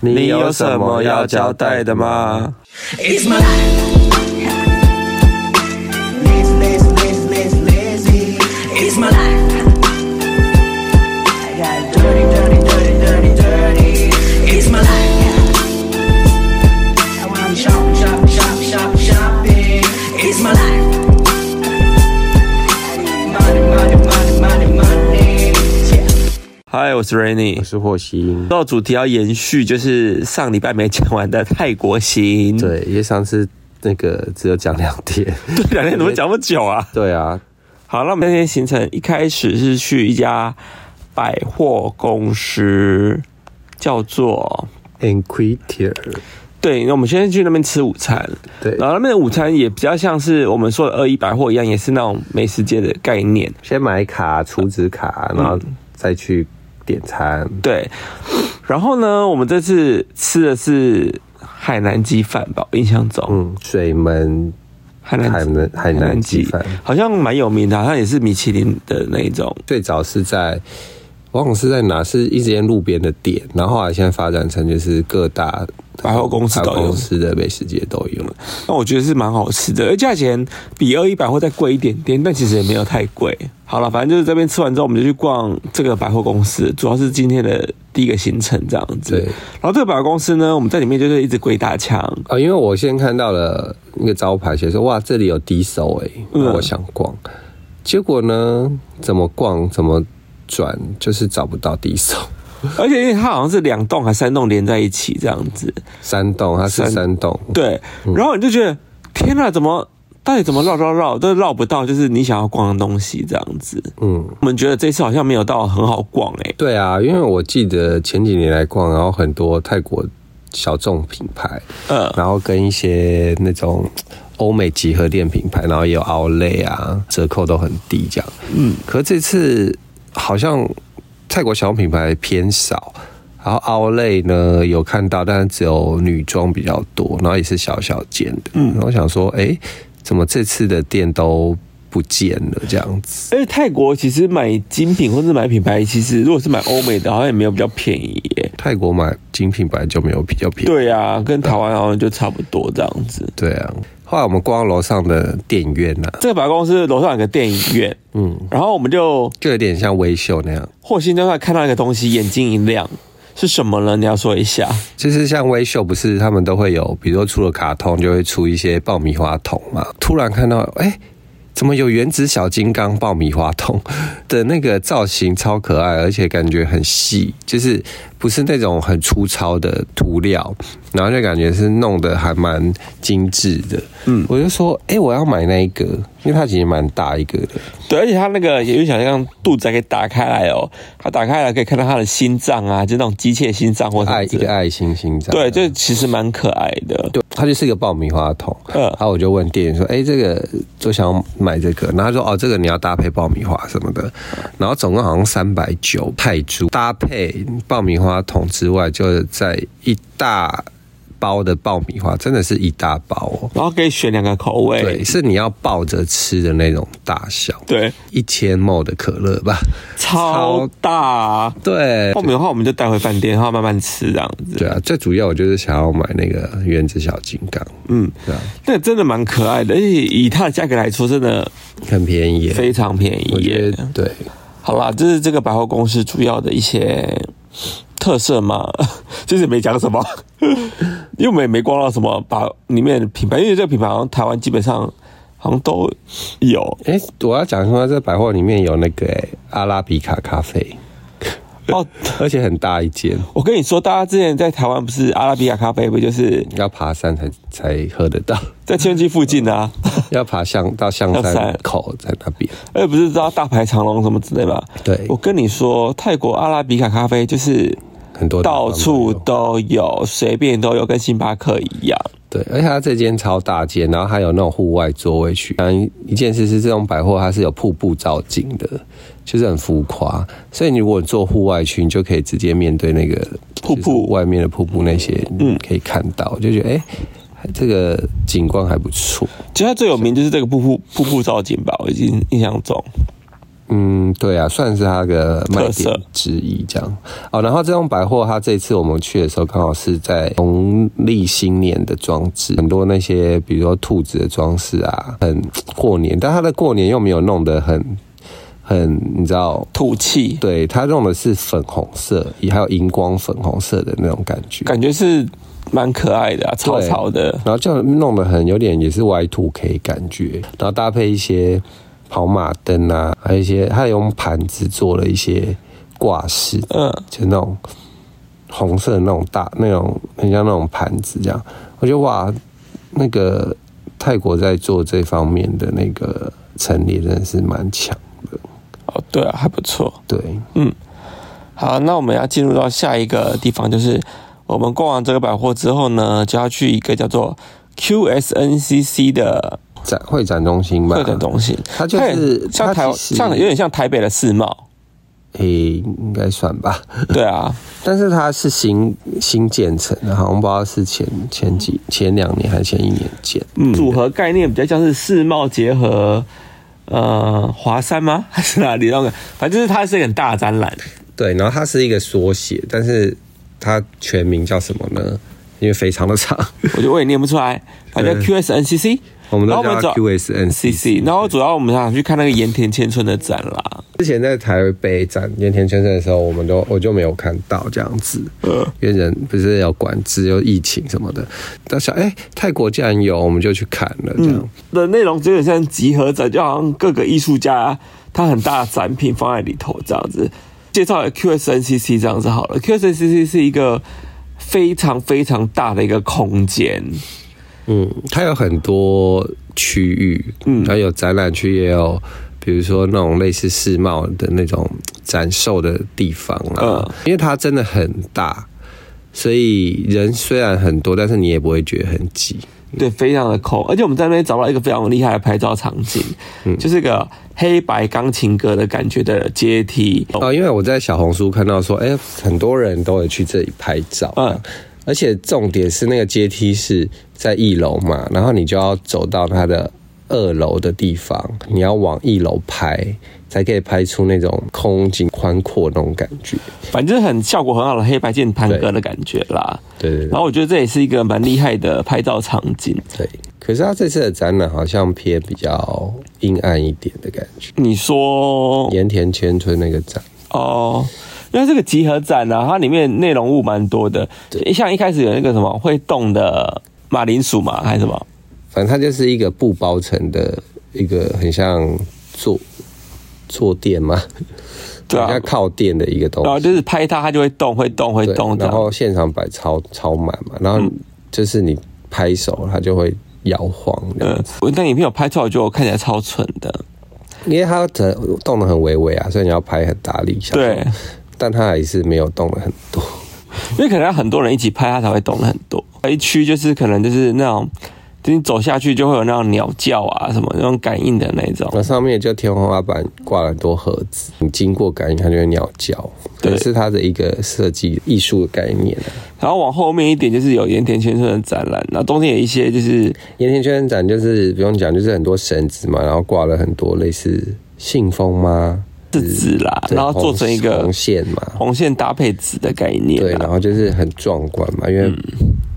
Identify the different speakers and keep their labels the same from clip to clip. Speaker 1: 你有什么要交代的吗？
Speaker 2: It's my life. Lazy, lazy, lazy, lazy, lazy. It's my life. I got dirty, dirty, dirty, dirty, dirty. It's my life. Now I'm shopping, shopping, shopping, shopping, shopping. It's my life. I need money, money, money, money, money. Yeah.
Speaker 1: 嗨，我是 Rainy
Speaker 3: 我。是霍希，
Speaker 1: 到主题要延续，就是上礼拜没讲完的泰国行。，
Speaker 3: 对，因为上次那个只有讲两天，
Speaker 1: 两天怎么讲那么久啊？
Speaker 3: 对啊，
Speaker 1: 好，那我们那天行程一开始是去一家百货公司，叫做
Speaker 3: Inquisitor，
Speaker 1: 对。那我们先去那边吃午餐，
Speaker 3: 对，
Speaker 1: 然后那边的午餐也比较像是我们说的二一百货一样，也是那种美食街的概念。
Speaker 3: 先买卡、储值卡，然后再去点餐。
Speaker 1: 对，然后呢，我们这次吃的是海南鸡饭吧，我印象中，
Speaker 3: 嗯，水门
Speaker 1: 海南
Speaker 3: 海南海南鸡饭
Speaker 1: 好像蛮有名的，好像也是米其林的那一种。
Speaker 3: 最早是在，忘了是在哪，是一间路边的店，然后后来现在发展成就是各大
Speaker 1: 百货公司
Speaker 3: 百
Speaker 1: 都有
Speaker 3: 货公司的美食街都有。
Speaker 1: 那我觉得是蛮好吃的，而价钱比二一百货再贵一点点，但其实也没有太贵。好了，反正就是这边吃完之后，我们就去逛这个百货公司，主要是今天的第一个行程这样子。
Speaker 3: 对
Speaker 1: 然后这个百货公司呢，我们在里面就是一直鬼打墙，
Speaker 3: 啊、因为我先看到了那个招牌，写说哇，这里有低手哎，
Speaker 1: 嗯
Speaker 3: 我想逛，结果呢，怎么逛怎么转，就是找不到低手。
Speaker 1: 而且因为它好像是两栋还三栋连在一起这样子。
Speaker 3: 山洞，它是
Speaker 1: 山
Speaker 3: 山洞，
Speaker 1: 对，然后你就觉得天呐，怎么到底怎么绕绕绕都绕不到，就是你想要逛的东西这样子。
Speaker 3: 嗯，
Speaker 1: 我们觉得这次好像没有到很好逛哎、
Speaker 3: 对啊，因为我记得前几年来逛，然后很多泰国小众品牌，
Speaker 1: 呃，
Speaker 3: 然后跟一些那种欧美集合店品牌，然后也有奥莱啊，折扣都很低这样。嗯，可这次好像泰国小众品牌偏少，然后奥莱呢有看到，但是只有女装比较多，然后也是小小间的。嗯，然后我想说，哎，怎么这次的店都不见了这样子？
Speaker 1: 而且泰国其实买精品或者买品牌，其实如果是买欧美的，好像也没有比较便宜耶。
Speaker 3: 泰国买精品本来就没有比较便宜。
Speaker 1: 对啊，跟台湾好像就差不多这样子。
Speaker 3: 对啊，后来我们逛到楼上的电影院啊，
Speaker 1: 这个百货公司楼上有个电影院，嗯，然后我们就
Speaker 3: 就有点像微秀那样，
Speaker 1: 霍心就在看到一个东西，眼睛一亮，是什么呢？你要说一下。
Speaker 3: 就是像微秀，不是他们都会有，比如说出了卡通就会出一些爆米花桶嘛。突然看到，哎、怎么有原子小金刚爆米花桶的那个造型超可爱，而且感觉很细，就是不是那种很粗糙的涂料，然后就感觉是弄得还蛮精致的。嗯，我就说，哎、我要买那一个，因为它其实蛮大一个的。
Speaker 1: 对，而且它那个也有想象肚子还可以打开来哦，它打开来可以看到它的心脏啊，就那种机械心脏或
Speaker 3: 爱
Speaker 1: 者
Speaker 3: 一个爱心心脏，
Speaker 1: 对，这其实蛮可爱的。
Speaker 3: 对，它就是一个爆米花桶。
Speaker 1: 嗯
Speaker 3: 然后我就问店员说：“哎、这个就想要买这个。”然后他说：“哦，这个你要搭配爆米花什么的。”然后总共好像三百九泰铢，搭配爆米花桶之外，就在一大包的爆米花，真的是一大包哦。
Speaker 1: 然后可以选两个口
Speaker 3: 对，
Speaker 1: 味，
Speaker 3: 是你要抱着吃的那种大小，
Speaker 1: 对，
Speaker 3: 一千 ml 的可乐吧？
Speaker 1: 超大。
Speaker 3: 对
Speaker 1: 爆，米花我们就带回饭店，然后慢慢吃这样子。
Speaker 3: 对啊，最主要我就是想要买那个原子小金刚，嗯，对啊，
Speaker 1: 那真的蛮可爱的，而且以它的价格来说，真的
Speaker 3: 很便宜耶，
Speaker 1: 非常便宜
Speaker 3: 我觉
Speaker 1: 耶。
Speaker 3: 得对。
Speaker 1: 好啦，这是这个百货公司主要的一些特色嘛， 其实没讲什么， 因为我们也没逛到什么把里面的品牌，因为这个品牌好像台湾基本上好像都有
Speaker 3: 哎、我要讲说，这百货里面有那个、诶阿拉比卡咖啡，
Speaker 1: 哦。
Speaker 3: 而且很大一间，
Speaker 1: 我跟你说，大家之前在台湾不是阿拉比卡咖啡，不就是
Speaker 3: 要爬山才才喝得到，
Speaker 1: 在千机附近啊？
Speaker 3: 要 爬象到象
Speaker 1: 象
Speaker 3: 山
Speaker 1: 山
Speaker 3: 口在那边。
Speaker 1: 而且不是知道大排长龙什么之类吧？
Speaker 3: 对
Speaker 1: 我跟你说，泰国阿拉比卡咖啡就是
Speaker 3: 很多地方
Speaker 1: 到处
Speaker 3: 都有
Speaker 1: 都有，随便都有，跟星巴克一样。
Speaker 3: 对，而且它这间超大间，然后还有那种户外座位区。嗯，一件事是这种百货它是有瀑布造景的，就是很浮夸，所以你如果坐户外区，你就可以直接面对那个
Speaker 1: 瀑布
Speaker 3: 就是外面的瀑布那些，嗯，可以看到，就觉得哎、诶这个景观还不错。
Speaker 1: 其实它最有名就是这个瀑布瀑布造景吧，我已经印象中。
Speaker 3: 嗯，对啊，算是它的卖
Speaker 1: 特色
Speaker 3: 点之一这样。哦，然后这栋百货，它这次我们去的时候刚好是在农历新年的装置，很多那些比如说兔子的装饰啊，很过年，但它的过年又没有弄得很很，你知道。
Speaker 1: 土气，
Speaker 3: 对，它用的是粉红色，也还有荧光粉红色的那种感觉，
Speaker 1: 感觉是蛮可爱的啊，草
Speaker 3: 对
Speaker 1: 草的，
Speaker 3: 然后就弄得很有点也是 Y two K 感觉，然后搭配一些跑马灯啊，还有一些它用盘子做了一些挂饰，
Speaker 1: 嗯，
Speaker 3: 就那种红色的那种大那种很像那种盘子这样，我觉得哇，那个泰国在做这方面的那个陈列真的是蛮强的，
Speaker 1: 哦，对啊，还不错。
Speaker 3: 对，
Speaker 1: 好，那我们要进入到下一个地方，就是我们逛完这个百货之后呢，就要去一个叫做 QSNCC 的
Speaker 3: 展会展中心吧，
Speaker 1: 会展中心，
Speaker 3: 它就是
Speaker 1: 它也像台
Speaker 3: 它其实
Speaker 1: 像有点像台北的世贸，
Speaker 3: 诶、应该算吧。
Speaker 1: 对啊，
Speaker 3: 但是它是新新建成的，好像不知道是前前几前两年还是前一年建。
Speaker 1: 嗯，组合概念比较像是世贸结合。呃，华山吗？还是哪里？那个，反正就是它是一个很大的展览，
Speaker 3: 对，然后它是一个缩写，但是它全名叫什么呢？因为非常的长，
Speaker 1: 我就我也念不出来，反正
Speaker 3: 对
Speaker 1: QSNCC，
Speaker 3: 我们
Speaker 1: 然后
Speaker 3: 都
Speaker 1: 我们
Speaker 3: 叫它
Speaker 1: 找
Speaker 3: QSNCC。
Speaker 1: CC，然后主要我们想去看那个盐田千春的展啦，
Speaker 3: 之前在台北展盐田圈圈的时候，我们都我就没有看到这样子，因为人不是有管制有疫情什么的。但想哎、泰国竟然有，我们就去看了这样。
Speaker 1: 的内容就有点像集合展，就好像各个艺术家他很大的展品放在里头这样子。介绍 QSNCC 这样子好了，QSNCC 是一个非常非常大的一个空间，
Speaker 3: 嗯，它有很多区域，嗯，它有展览区，也有比如说那种类似世贸的那种展售的地方啊，
Speaker 1: 嗯
Speaker 3: 因为它真的很大，所以人虽然很多，但是你也不会觉得很挤。
Speaker 1: 对，非常的空。而且我们在那边找到一个非常厉害的拍照场景，
Speaker 3: 嗯
Speaker 1: 就是一个黑白钢琴格的感觉的阶梯。
Speaker 3: 啊、因为我在小红书看到说，哎、很多人都会去这里拍照，
Speaker 1: 嗯
Speaker 3: 嗯，而且重点是那个阶梯是在一楼嘛，然后你就要走到它的二楼的地方，你要往一楼拍，才可以拍出那种空景宽阔那种感觉。
Speaker 1: 反正很效果很好的黑白键盘格的感觉啦。
Speaker 3: 对对
Speaker 1: 然
Speaker 3: 对
Speaker 1: 后我觉得这也是一个蛮厉害的拍照场景。
Speaker 3: 对。可是他这次的展览好像偏比较阴暗一点的感觉，
Speaker 1: 你说
Speaker 3: 盐田千春那个展，
Speaker 1: 哦，因为这个集合展啊，它里面内容物蛮多的，像一开始有那个什么会动的马铃薯嘛，还是什么？
Speaker 3: 反正它就是一个布包成的一个很像坐坐垫嘛，
Speaker 1: 对啊
Speaker 3: 很像靠垫的一个东
Speaker 1: 然后
Speaker 3: 西，
Speaker 1: 就是拍它，它就会动，会动，会
Speaker 3: 对
Speaker 1: 动这样。
Speaker 3: 然后现场摆超超满嘛，然
Speaker 1: 嗯
Speaker 3: 后就是你拍手它就会摇晃这样
Speaker 1: 嗯
Speaker 3: 子，，
Speaker 1: 我那影片有拍出来，我觉得我看起来超蠢的。嗯
Speaker 3: 因为它的动得很微微啊，所以你要拍很大力，想说
Speaker 1: 对，
Speaker 3: 但它也是没有动得很多，
Speaker 1: 因为可能要很多人一起拍，它才会动得很多。一区就是可能就是那种，就是你走下去就会有那种鸟叫啊什么那种感应的那种。
Speaker 3: 那上面就天花板挂了很多盒子，你经过感应它就会鸟叫，
Speaker 1: 对
Speaker 3: 这是它的一个设计艺术的概念啊。
Speaker 1: 然后往后面一点就是有盐田千春的展览，然后中间有一些就是
Speaker 3: 盐田圈展就是不用讲，就是很多绳子嘛，然后挂了很多类似信封吗？
Speaker 1: 是纸啦，
Speaker 3: 对
Speaker 1: 然后做
Speaker 3: 红
Speaker 1: 成一个
Speaker 3: 红线嘛，
Speaker 1: 红线搭配纸的概念、
Speaker 3: 对，
Speaker 1: 啊。
Speaker 3: 然后就是很壮观嘛，因为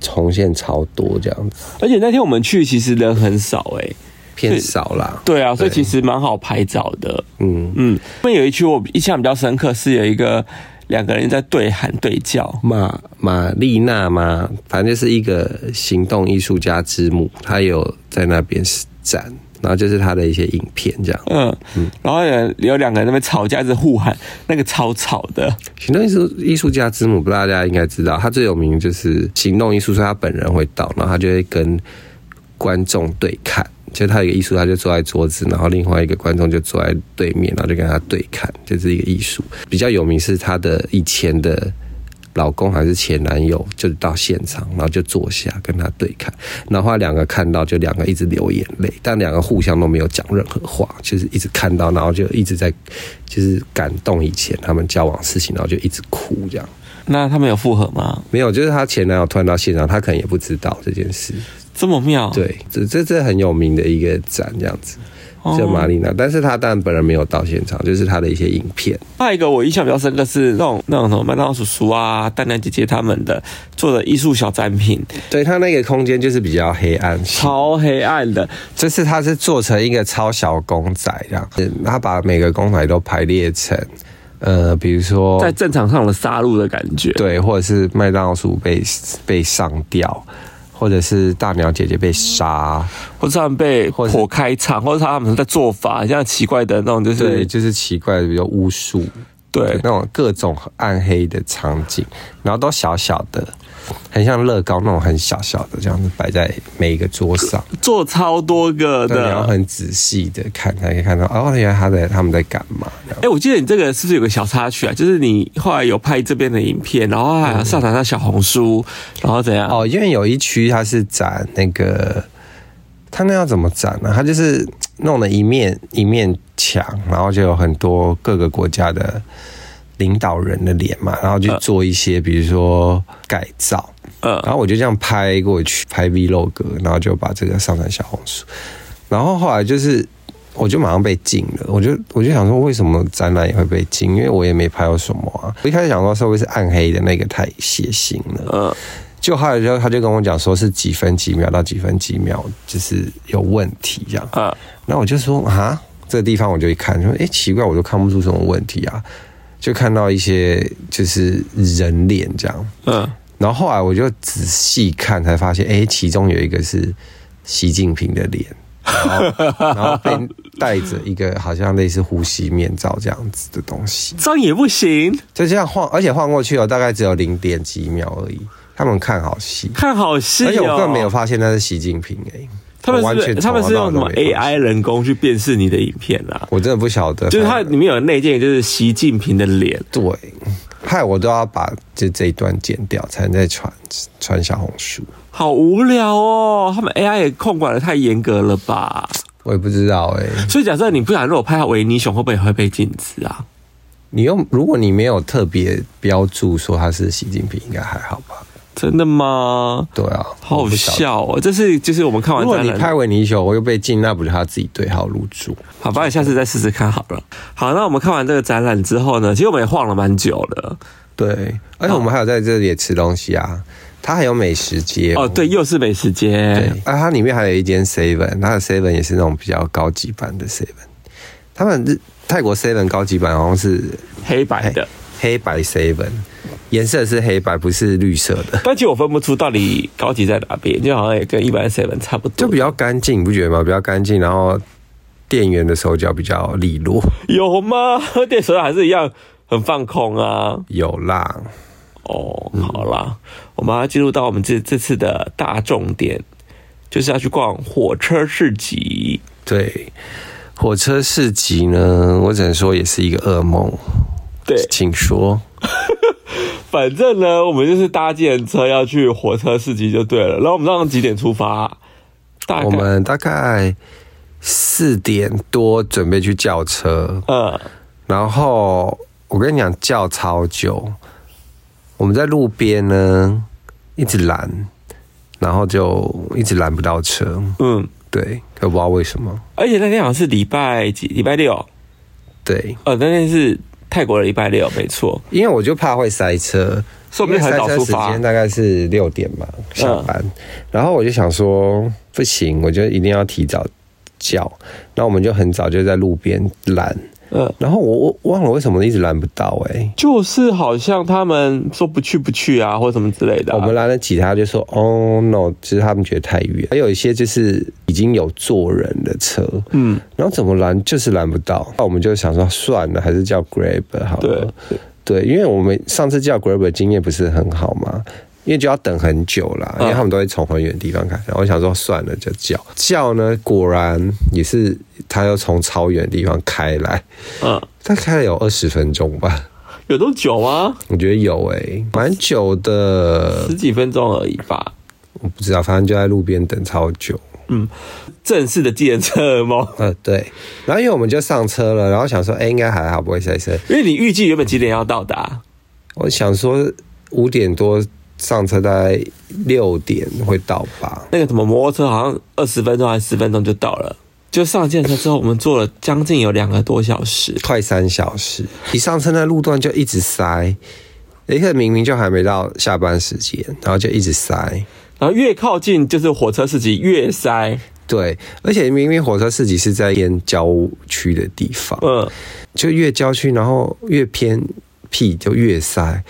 Speaker 3: 红线超多这样子，
Speaker 1: 而且那天我们去其实人很少诶、
Speaker 3: 偏少啦。
Speaker 1: 对啊，所以其实蛮好拍照的。
Speaker 3: 嗯，
Speaker 1: 嗯，那有一区我印象比较深刻是有一个两个人在对喊对叫，
Speaker 3: 玛玛丽娜嘛，反正就是一个行动艺术家之母，她有在那边展，然后就是她的一些影片这样。
Speaker 1: 嗯，然后有有两个人在那边吵架，一直互喊，那个超吵的。
Speaker 3: 行动艺术艺术家之母，不知道大家应该知道，他最有名就是行动艺术，所以他本人会到，然后他就会跟观众对看。就是他有一个艺术，他就坐在桌子，然后另外一个观众就坐在对面，然后就跟他对看，这、是一个艺术。比较有名是他的以前的老公还是前男友，就到现场，然后就坐下跟他对看，然后他两个看到就两个一直流眼泪，但两个互相都没有讲任何话，就是一直看到，然后就一直在就是感动以前他们交往的事情，然后就一直哭这样。
Speaker 1: 那他们有复合吗？
Speaker 3: 没有，就是他前男友突然到现场，他可能也不知道这件事。
Speaker 1: 这么妙？，
Speaker 3: 对，这这这很有名的一个展这样子。
Speaker 1: 哦
Speaker 3: 叫玛丽娜，但是她当然本人没有到现场，就是她的一些影片。
Speaker 1: 还有一个我印象比较深刻是那种那种什么麦当劳叔叔啊、蛋蛋姐姐他们的做的艺术小展品，
Speaker 3: 对，她那个空间就是比较黑暗系，
Speaker 1: 超黑暗的，
Speaker 3: 这次它是做成一个超小公仔这样，嗯它把每个公仔都排列成，呃，比如说
Speaker 1: 在战场上的杀戮的感觉。
Speaker 3: 对，或者是麦当劳鼠被被上吊，或者是大鸟姐姐被杀，
Speaker 1: 或者他们被
Speaker 3: 或是
Speaker 1: 火开场，或者他们在做法，像奇怪的那种，就是
Speaker 3: 对，就是奇怪的，比如巫术，
Speaker 1: 嗯对
Speaker 3: 那种各种暗黑的场景，然后都小小的，很像乐高那种很小小的，这样子摆在每一个桌上，
Speaker 1: 做超多个
Speaker 3: 那你要
Speaker 1: 的。啊
Speaker 3: 很仔细的看，才可以看到哦，原来他在他们在干嘛这样。
Speaker 1: 哎、我记得你这个是不是有个小插曲啊？就是你后来有拍这边的影片，然后还上传到小红书，然后怎样？
Speaker 3: 哦，因为有一区它是展那个，它那要怎么展呢、它就是弄了一面一面墙，然后就有很多各个国家的领导人的脸嘛，然后去
Speaker 1: 呃
Speaker 3: 做一些比如说改造，
Speaker 1: 呃，
Speaker 3: 然后我就这样拍过去拍 vlog，然后就把这个上传小红书，然后后来就是。我就马上被禁了，我就我就想说，为什么展览也会被禁？因为我也没拍到什么啊。我一开始想说，会不会是暗黑的那个太血腥了？
Speaker 1: 呃，
Speaker 3: 就后来之后，他就跟我讲说是几分几秒到几分几秒，就是有问题这样。
Speaker 1: 呃，
Speaker 3: 那我就说啊，这个地方我就一看，说诶，奇怪，我都看不出什么问题啊，就看到一些就是人脸这样。
Speaker 1: 呃，
Speaker 3: 然后后来我就仔细看，才发现诶，其中有一个是习近平的脸，然后然后被戴着一个好像类似呼吸面罩这样子的东西，
Speaker 1: 这样也不行，
Speaker 3: 就这样晃，而且晃过去哦，大概只有零点几秒而已。他们看好戏，
Speaker 1: 看好戏、哦。
Speaker 3: 而且我根本没有发现那是习近平哎、
Speaker 1: 他们
Speaker 3: 我
Speaker 1: 是
Speaker 3: 完
Speaker 1: 不是
Speaker 3: 全
Speaker 1: 他们是用什么
Speaker 3: 从头到尾没发现
Speaker 1: AI 人工去辨识你的影片啊？
Speaker 3: 我真的不晓得，
Speaker 1: 就是它
Speaker 3: 反正
Speaker 1: 里面有内建，就是习近平的脸，
Speaker 3: 对，害我都要把这这一段剪掉，才能再传传小红书。
Speaker 1: 好无聊哦。他们 AI 也控管的太严格了吧？
Speaker 3: 我也不知道哎、
Speaker 1: 所以假设你不想如果拍到维尼熊，会不会也会被禁止啊？
Speaker 3: 你用如果你没有特别标注说他是习近平，应该还好吧？
Speaker 1: 真的吗？
Speaker 3: 对啊，
Speaker 1: 好好
Speaker 3: 我不晓得。
Speaker 1: 笑哦！这是就是我们看完
Speaker 3: 如果
Speaker 1: 展
Speaker 3: 你
Speaker 1: 览，
Speaker 3: 拍维尼秀，我又被禁，那不是他自己对号入座？
Speaker 1: 好吧，你下次再试试看好了。好，那我们看完这个展览之后呢，其实我们也晃了蛮久了。
Speaker 3: 对，而且我们还有在这里吃东西啊，它还有美食街
Speaker 1: 哦，对，又是美食
Speaker 3: 对
Speaker 1: 街，，
Speaker 3: 啊，它里面还有一间 Seven，它的 Seven 也是那种比较高级版的 Seven。他们日泰国 Seven 高级版好像是哎
Speaker 1: 黑白的，
Speaker 3: 黑白 Seven，颜色是黑白，不是绿色的，
Speaker 1: 但其实我分不出到底高级在哪边，就好像也跟一般 seven 差不多
Speaker 3: 就。比较干净，你不觉得吗？比较干净，然后店员的手脚比较利落，
Speaker 1: 有吗？ 喝电手还是一样很放空啊。
Speaker 3: 有啦。
Speaker 1: 哦，
Speaker 3: 嗯
Speaker 1: 好啦，我们要进入到我们这这次的大重点，就是要去逛火车市集。
Speaker 3: 对，火车市集呢，我只能说也是一个噩梦，
Speaker 1: 对，
Speaker 3: 请说。
Speaker 1: 反正呢，我们就是搭计程车要去火车市集就对了。然后我们早上几点出发？大概
Speaker 3: 我们大概四点多准备去叫车，
Speaker 1: 嗯
Speaker 3: 然后我跟你讲，叫超久，我们在路边呢一直拦，然后就一直拦不到车，
Speaker 1: 嗯，
Speaker 3: 对，可不知道为什么，
Speaker 1: 而且那天好像是礼拜几？礼拜六？
Speaker 3: 对，
Speaker 1: 呃，那天是泰国的礼拜六，没错。
Speaker 3: 因为我就怕会塞车，
Speaker 1: 所以
Speaker 3: 因
Speaker 1: 我们
Speaker 3: 为
Speaker 1: 就
Speaker 3: 塞
Speaker 1: 很早
Speaker 3: 车
Speaker 1: 出
Speaker 3: 时
Speaker 1: 发嗯
Speaker 3: 间。大概是六点嘛下班，然后我就想说不行，我就一定要提早叫，那我们就很早就在路边拦，
Speaker 1: 嗯，
Speaker 3: 然后我我忘了为什么一直拦不到哎、
Speaker 1: 就是好像他们说不去不去啊，或什么之类的啊、
Speaker 3: 我们拦了几台，他就说哦 no，就是他们觉得太远，还有一些就是已经有坐人的车，
Speaker 1: 嗯，
Speaker 3: 然后怎么拦就是拦不到，那我们就想说算了，还是叫 Grab 好了，对，因为我们上次叫 Grab 的经验不是很好嘛。因为就要等很久啦，因为他们都会从很远的地方开。然后我想说，算了，就叫叫呢。果然也是，他又从超远的地方开来，
Speaker 1: 嗯，
Speaker 3: 他开了有二十分钟吧，
Speaker 1: 有多久啊？
Speaker 3: 我觉得有诶、蛮久的。
Speaker 1: 十几分钟而已吧。嗯
Speaker 3: 我不知道，反正就在路边等超久。
Speaker 1: 正式的计程车噩梦，
Speaker 3: 呃，对。然后因为我们就上车了，然后想说，哎、应该还好，不会塞车。
Speaker 1: 因为你预计原本几点要到达？
Speaker 3: 我想说五点多上车，大概六点会到吧。
Speaker 1: 那个什么摩托车好像二十分钟还是十分钟就到了。就上健车之后，我们坐了将近有两个多小时，
Speaker 3: 快三小时，一上车那路段就一直塞，一个明明就还没到下班时间，然后就一直塞。
Speaker 1: 然后越靠近就是火车市集越塞，
Speaker 3: 对，而且明明火车市集是在偏郊区的地方，
Speaker 1: 嗯，
Speaker 3: 就越郊区，然后越偏僻就越塞。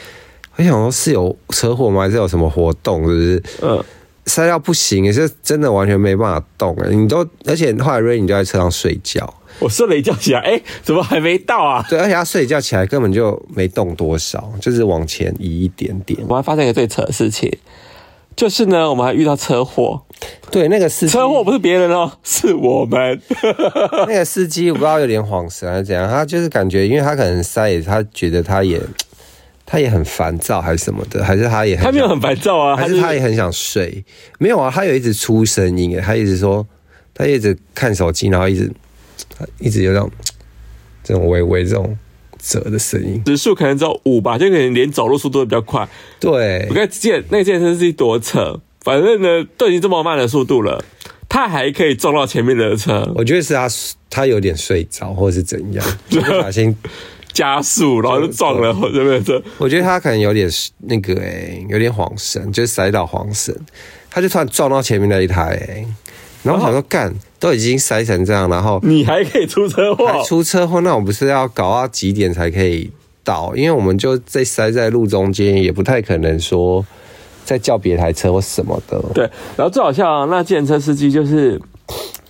Speaker 3: 我想说，是有车祸吗？还是有什么活动？是不是？
Speaker 1: 嗯，
Speaker 3: 塞到不行，也是真的完全没办法动。你都，而且后来瑞你就在车上睡觉，
Speaker 1: 我睡了一觉起来，哎，怎么还没到啊？
Speaker 3: 对，而且他睡一觉起来根本就没动多少，就是往前移一点点。
Speaker 1: 我还发现一个最扯的事情，就是呢，我们还遇到车祸，
Speaker 3: 对，那个司机，
Speaker 1: 车祸不是别人哦，是我们。
Speaker 3: 那个司机我不知道有点恍神还是怎样，他就是感觉，因为他可能塞也，他觉得他也，他也很烦躁还是什么的，还是他也很
Speaker 1: 他没有
Speaker 3: 想
Speaker 1: 很烦躁啊，
Speaker 3: 还
Speaker 1: 他
Speaker 3: 是
Speaker 1: 就
Speaker 3: 他也很想睡？没有啊，他有一直出声音，他一直说，他一直看手机，然后一直，一直有这种这种微微这种折的声音。
Speaker 1: 时速可能只有五吧，就可能连走路速度都比较快。
Speaker 3: 对
Speaker 1: 我，看健那个健身司机多扯，反正呢都已经这么慢的速度了，他还可以撞到前面的车，
Speaker 3: 我觉得是他他有点睡着，或者是怎样，就不小 心。
Speaker 1: 加速然后就撞了我这边的车。
Speaker 3: 我觉得他可能有点那个哎、有点晃神，就是塞到晃神，他就突然撞到前面那一台哎、然后我想说干，都已经塞成这样，然后
Speaker 1: 你还可以出车祸，
Speaker 3: 还出车祸，那我不是要搞到几点才可以到？因为我们就在塞在路中间，也不太可能说再叫别台车或什么的。
Speaker 1: 对，然后最好笑、啊，那健车司机就是，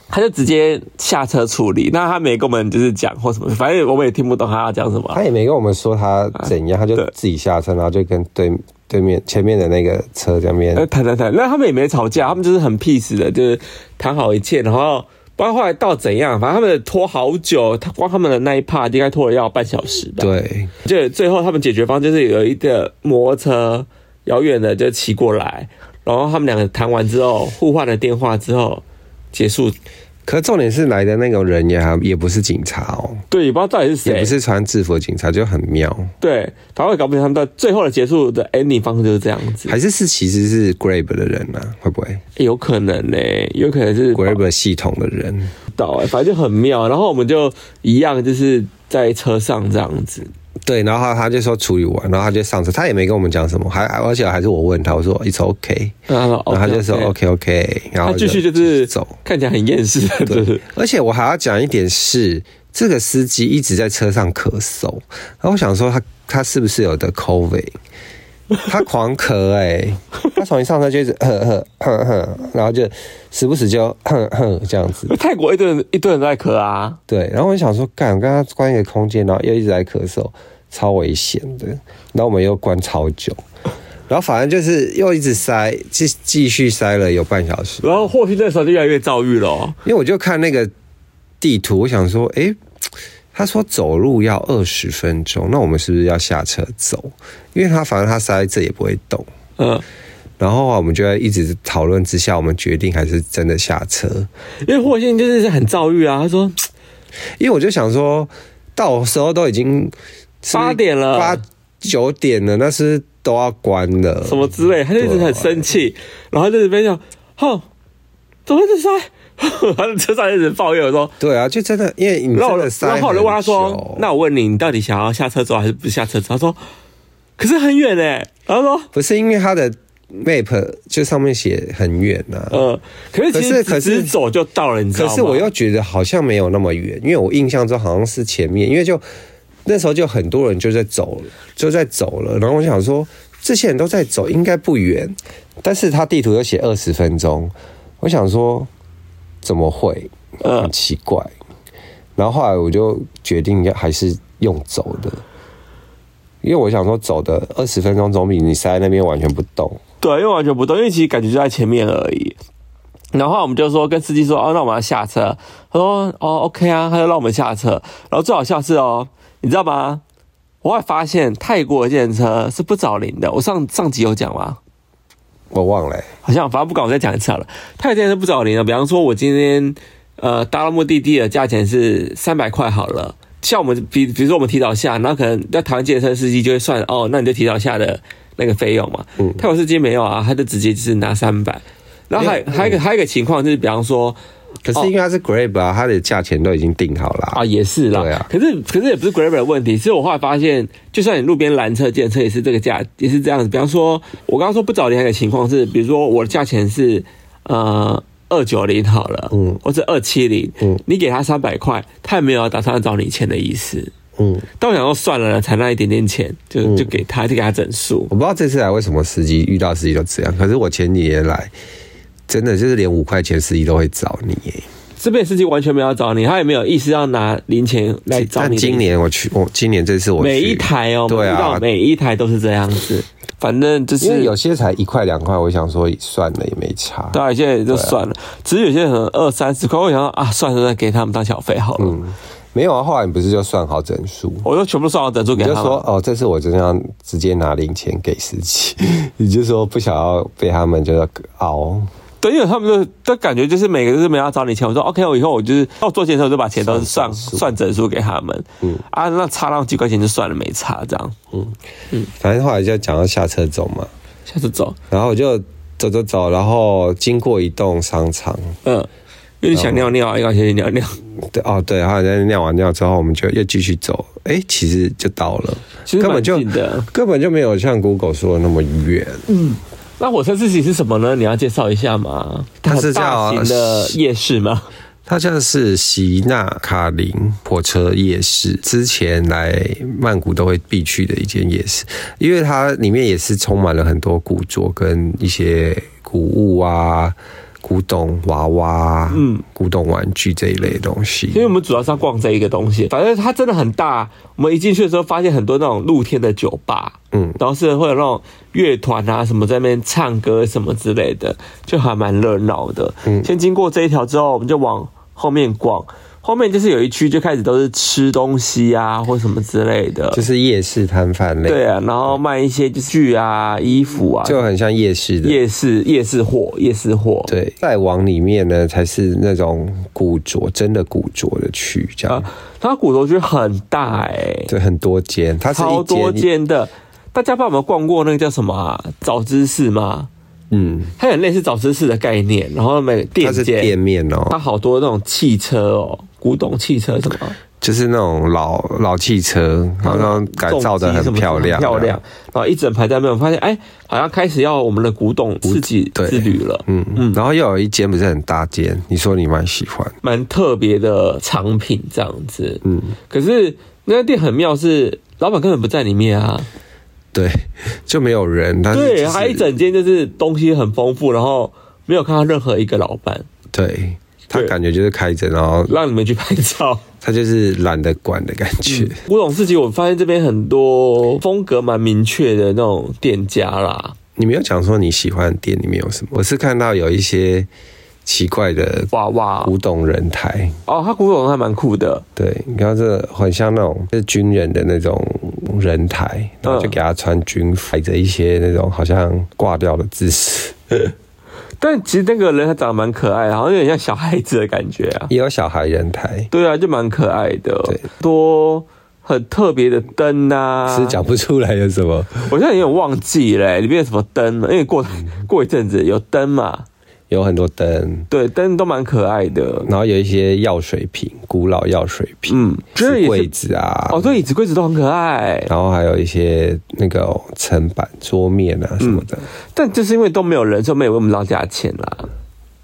Speaker 1: 他就直接下车处理，那他没跟我们就是讲或什么，反正我们也听不懂他要讲什么啊
Speaker 3: 他。也没跟我们说他怎样，他就
Speaker 1: 对
Speaker 3: 自己下车，然后就跟对对面前面的那个车这边
Speaker 1: 呃，谈谈谈，那他们也没吵架，他们就是很 peace 的，就是谈好一切，然后不知道后来到怎样，反正他们拖好久，他光他们的那一 part 应该拖了要半小时吧。，
Speaker 3: 对
Speaker 1: 就最后他们解决方就是有一个摩托车遥远的就骑过来，然后他们两个谈完之后，互换了电话之后结束。
Speaker 3: 可重点是来的那个人也还也不是警察哦，
Speaker 1: 对，也不知道到底是
Speaker 3: 也
Speaker 1: 谁
Speaker 3: 不，是穿制服的警察，就很妙。
Speaker 1: 对，反正我也搞不清他们到最后的结束的 ending 方式就是这样子，哎
Speaker 3: 还是是其实是 Grab 的人啊，会不会
Speaker 1: 有可能呢、有可能是
Speaker 3: Grab 系统的人？
Speaker 1: 到哎、反正就很妙。然后我们就一样，就是在车上这样子。
Speaker 3: 对，然后他就说处理完，然后他就上车，他也没跟我们讲什么，还而且还是我问他，我说 It's OK，
Speaker 1: 然后
Speaker 3: 啊
Speaker 1: 哦
Speaker 3: 然后他
Speaker 1: OK，
Speaker 3: 就说 OK OK，然后
Speaker 1: 哎他继续就是
Speaker 3: 走。
Speaker 1: 看起来很厌世的，就是
Speaker 3: 对，而且我还要讲一点是，这个司机一直在车上咳嗽，然后我想说他他是不是有得 COVID？他狂咳哎、他从一上车就一直咳咳咳咳，然后就时不时就咳咳这样子。
Speaker 1: 泰国一堆人一堆人在咳啊，
Speaker 3: 对，然后我就想说，干，我跟他关一个空间，然后又一直在咳嗽，超危险的。然后我们又关超久，然后反正就是又一直塞，继继续塞了有半小时。
Speaker 1: 然后霍去那时候就越来越躁郁了哦、
Speaker 3: 因为我就看那个地图，我想说，诶，他说走路要二十分钟，那我们是不是要下车走？因为他反正他塞在这也不会动。
Speaker 1: 嗯，
Speaker 3: 然后啊，我们就在一直讨论之下，我们决定还是真的下车。
Speaker 1: 因为霍信就是很躁郁啊，他说
Speaker 3: 因为我就想说，到时候都已经是
Speaker 1: 八点了，
Speaker 3: 八九点了，那是都要关了。
Speaker 1: 什么之类，他就一
Speaker 3: 啊
Speaker 1: 直很生气，然后就一边讲，哼，怎么会这塞？ 他在车上一直抱怨我说，
Speaker 3: 对啊，就真的，因为你
Speaker 1: 然后
Speaker 3: 真
Speaker 1: 我
Speaker 3: 的塞
Speaker 1: 然后我就问他
Speaker 3: 很久
Speaker 1: 说，那我问你，你到底想要下车走还是不下车走？他说，可是很远哎、然后说，
Speaker 3: 不是因为他的 map 就上面写很远啊呐、
Speaker 1: 呃，可是其实
Speaker 3: 可是可
Speaker 1: 只
Speaker 3: 是
Speaker 1: 走就到了，你知道
Speaker 3: 可
Speaker 1: 吗？
Speaker 3: 是我又觉得好像没有那么远，因为我印象中好像是前面，因为就那时候就很多人就在走了，就在走了。然后我想说，这些人都在走，应该不远。但是他地图又写二十分钟，我想说怎么会？
Speaker 1: 嗯
Speaker 3: 很奇怪。然后后来我就决定要还是用走的，因为我想说走的二十分钟总比你塞在那边完全不动。
Speaker 1: 对，因为完全不动，因为其实感觉就在前面而已。然后我们就说跟司机说，哦，那我们要下车。他说，哦，OK 啊，他就让我们下车。然后最好笑是哦，你知道吗？我还发现泰国的电车是不找零的。我上上集有讲吗？
Speaker 3: 我忘了欸、
Speaker 1: 好像反正不管，我再讲一次好了。泰国电车不找零的，比方说我今天呃搭到目的地的价钱是三百块好了。像我们比比如说我们提早下，然后可能在台湾健身司机就会算哦，那你就提早下的那个费用嘛。
Speaker 3: 嗯
Speaker 1: 泰国司机没有啊，他就直接就是拿三百。然后还还有一个还有一个情况就是，比方说
Speaker 3: 可是因为它是 Grab 啊，它的价钱都已经定好了
Speaker 1: 啊，也是啦。
Speaker 3: 对啊
Speaker 1: 可是可是也不是 Grab 的问题，是我后来发现，就算你路边拦车、建车也是这个价，也是这样子。比方说，我刚刚说不找零还有一个情况是，比如说我的价钱是呃二九零好了，嗯，或者二七零，嗯，你给他三百块，他也没有要打算找你钱的意思。
Speaker 3: 嗯，
Speaker 1: 但我想说算了，才那一点点钱，就、就给他，就给他整数。
Speaker 3: 我不知道这次来为什么司机遇到司机都这样，可是我前几年来，真的就是连五块钱司机都会找你耶。
Speaker 1: 这边司机完全没有要找你，他也没有意识要拿零钱来找
Speaker 3: 但
Speaker 1: 你的意思。
Speaker 3: 今年我去，我今年这次我去
Speaker 1: 每一台哦，
Speaker 3: 对
Speaker 1: 我们遇
Speaker 3: 啊
Speaker 1: 到，每一台都是这样子。反正就
Speaker 3: 因为
Speaker 1: 是
Speaker 3: 有些才一块两块，我想说算了也没差。
Speaker 1: 当然现在也就算
Speaker 3: 啊
Speaker 1: 了，只是有些人可能二三十块，我想说啊，算了，那给他们当小费好了。
Speaker 3: 没有啊，后来你不是就算好整数？
Speaker 1: 我就全部算好整数给
Speaker 3: 你
Speaker 1: 他
Speaker 3: 就
Speaker 1: 们。
Speaker 3: 说哦，这次我真的要直接拿零钱给司机， 你就说不想要被他们就是熬，
Speaker 1: 对，因为他们的的感觉就是每个都是没有要找你钱。我说 OK，我以后我就是要做健身，我就把钱都算算整数给他们。嗯啊，那差那几块钱就算了，没差这样。
Speaker 3: 反正后来就讲到下车走嘛，
Speaker 1: 下次走，
Speaker 3: 然后我就走走走，然后经过一栋商场，
Speaker 1: 嗯，因为想尿
Speaker 3: 嗯
Speaker 1: 尿，要先去尿尿。
Speaker 3: 对哦对，然后在尿完尿之后，我们就又继续走，哎，其实就到了，
Speaker 1: 其实
Speaker 3: 根本
Speaker 1: 蛮
Speaker 3: 就
Speaker 1: 近的。嗯
Speaker 3: 根本就没有像 Google 说的那么远，
Speaker 1: 那火车自己是什么呢？你要介绍一下吗？
Speaker 3: 它是
Speaker 1: 大
Speaker 3: 叫
Speaker 1: 型的夜市吗？
Speaker 3: 它像是席纳卡林火车夜市，之前来曼谷都会必去的一间夜市，因为它里面也是充满了很多古着跟一些古物啊、古董娃娃、嗯、古董玩具这一类的东
Speaker 1: 因为
Speaker 3: 西
Speaker 1: 我。们主要是要逛这一个东西，反正它真的很大。我们一进去的时候，发现很多那种露天的酒吧，嗯，然后是会有那种乐团啊什么在那边唱歌什么之类的，就还蛮热闹的。嗯，先经过这一条之后，我们就往后面逛，后面就是有一区就开始都是吃东西啊或什么之类的，
Speaker 3: 就是夜市摊贩类，
Speaker 1: 对啊，然后卖一些就是剧啊、衣服啊，
Speaker 3: 就很像夜市的。
Speaker 1: 夜市夜市货、夜市货，
Speaker 3: 对，再往里面呢，才是那种古着，真的古着的区，这样、
Speaker 1: 啊，它骨头区很大哎、
Speaker 3: 对，很多间，它是
Speaker 1: 超
Speaker 3: 一
Speaker 1: 多
Speaker 3: 间，
Speaker 1: 间的。大家帮我们逛过那个叫什么、啊、早知识吗？
Speaker 3: 嗯，
Speaker 1: 它有类似早知识的概念，然后每个
Speaker 3: 它
Speaker 1: 店
Speaker 3: 是
Speaker 1: 间，啊
Speaker 3: 店面哦、
Speaker 1: 它好多那种汽车哦，古董汽车什么，
Speaker 3: 就是那种老老汽车，然后改造的很
Speaker 1: 啊重机什
Speaker 3: 漂
Speaker 1: 么
Speaker 3: 亮，啊
Speaker 1: 漂亮。。然后一整排在那边，我发现哎，好像开始要我们的古董自己
Speaker 3: 对
Speaker 1: 之旅了，
Speaker 3: 嗯嗯，然后又有一间不是很大间，你说你蛮喜欢，
Speaker 1: 蛮特别的藏品这样子。嗯，可是那家店很妙是，老板根本不在里面啊。
Speaker 3: 对，就没有人，但是
Speaker 1: 对，
Speaker 3: 就是
Speaker 1: 还一整间就是东西很丰富，然后没有看到任何一个老板
Speaker 3: 对，他
Speaker 1: 对
Speaker 3: 感觉就是开着，然后
Speaker 1: 让你们去拍照。
Speaker 3: 他就是懒得管的感觉。
Speaker 1: 古董市集，我发现这边很多风格蛮明确的那种店家啦，
Speaker 3: 你没有讲说你喜欢的店里面有什么，我是看到有一些奇怪的
Speaker 1: 娃娃
Speaker 3: 古董人台，
Speaker 1: 哦，它古董还蛮酷的，
Speaker 3: 对，你看这很像那种是军人的那种人
Speaker 1: 嗯
Speaker 3: 台，然后就给他穿军服，摆着一些那种好像挂掉的姿势。
Speaker 1: 嗯但其实那个人他长得蛮可爱的，好像有点像小孩子的感觉啊。
Speaker 3: 也有小孩人台，
Speaker 1: 对啊，就蛮可爱的
Speaker 3: 对，
Speaker 1: 多很特别的灯啊，
Speaker 3: 是讲不出来有什么，
Speaker 1: 我现在有点忘记了、欸里面有什么灯啊了，因为过过一阵子有灯嘛，
Speaker 3: 有很多灯，
Speaker 1: 对，灯都蛮可爱的。
Speaker 3: 然后有一些药水瓶，古老药水瓶，
Speaker 1: 嗯这也
Speaker 3: 是
Speaker 1: 是
Speaker 3: 柜子啊，
Speaker 1: 哦，对，椅子柜子都很可爱，
Speaker 3: 然后还有一些那个层板、桌面啊什么的。
Speaker 1: 但就是因为都没有人，所以没有为我们捞价钱啦。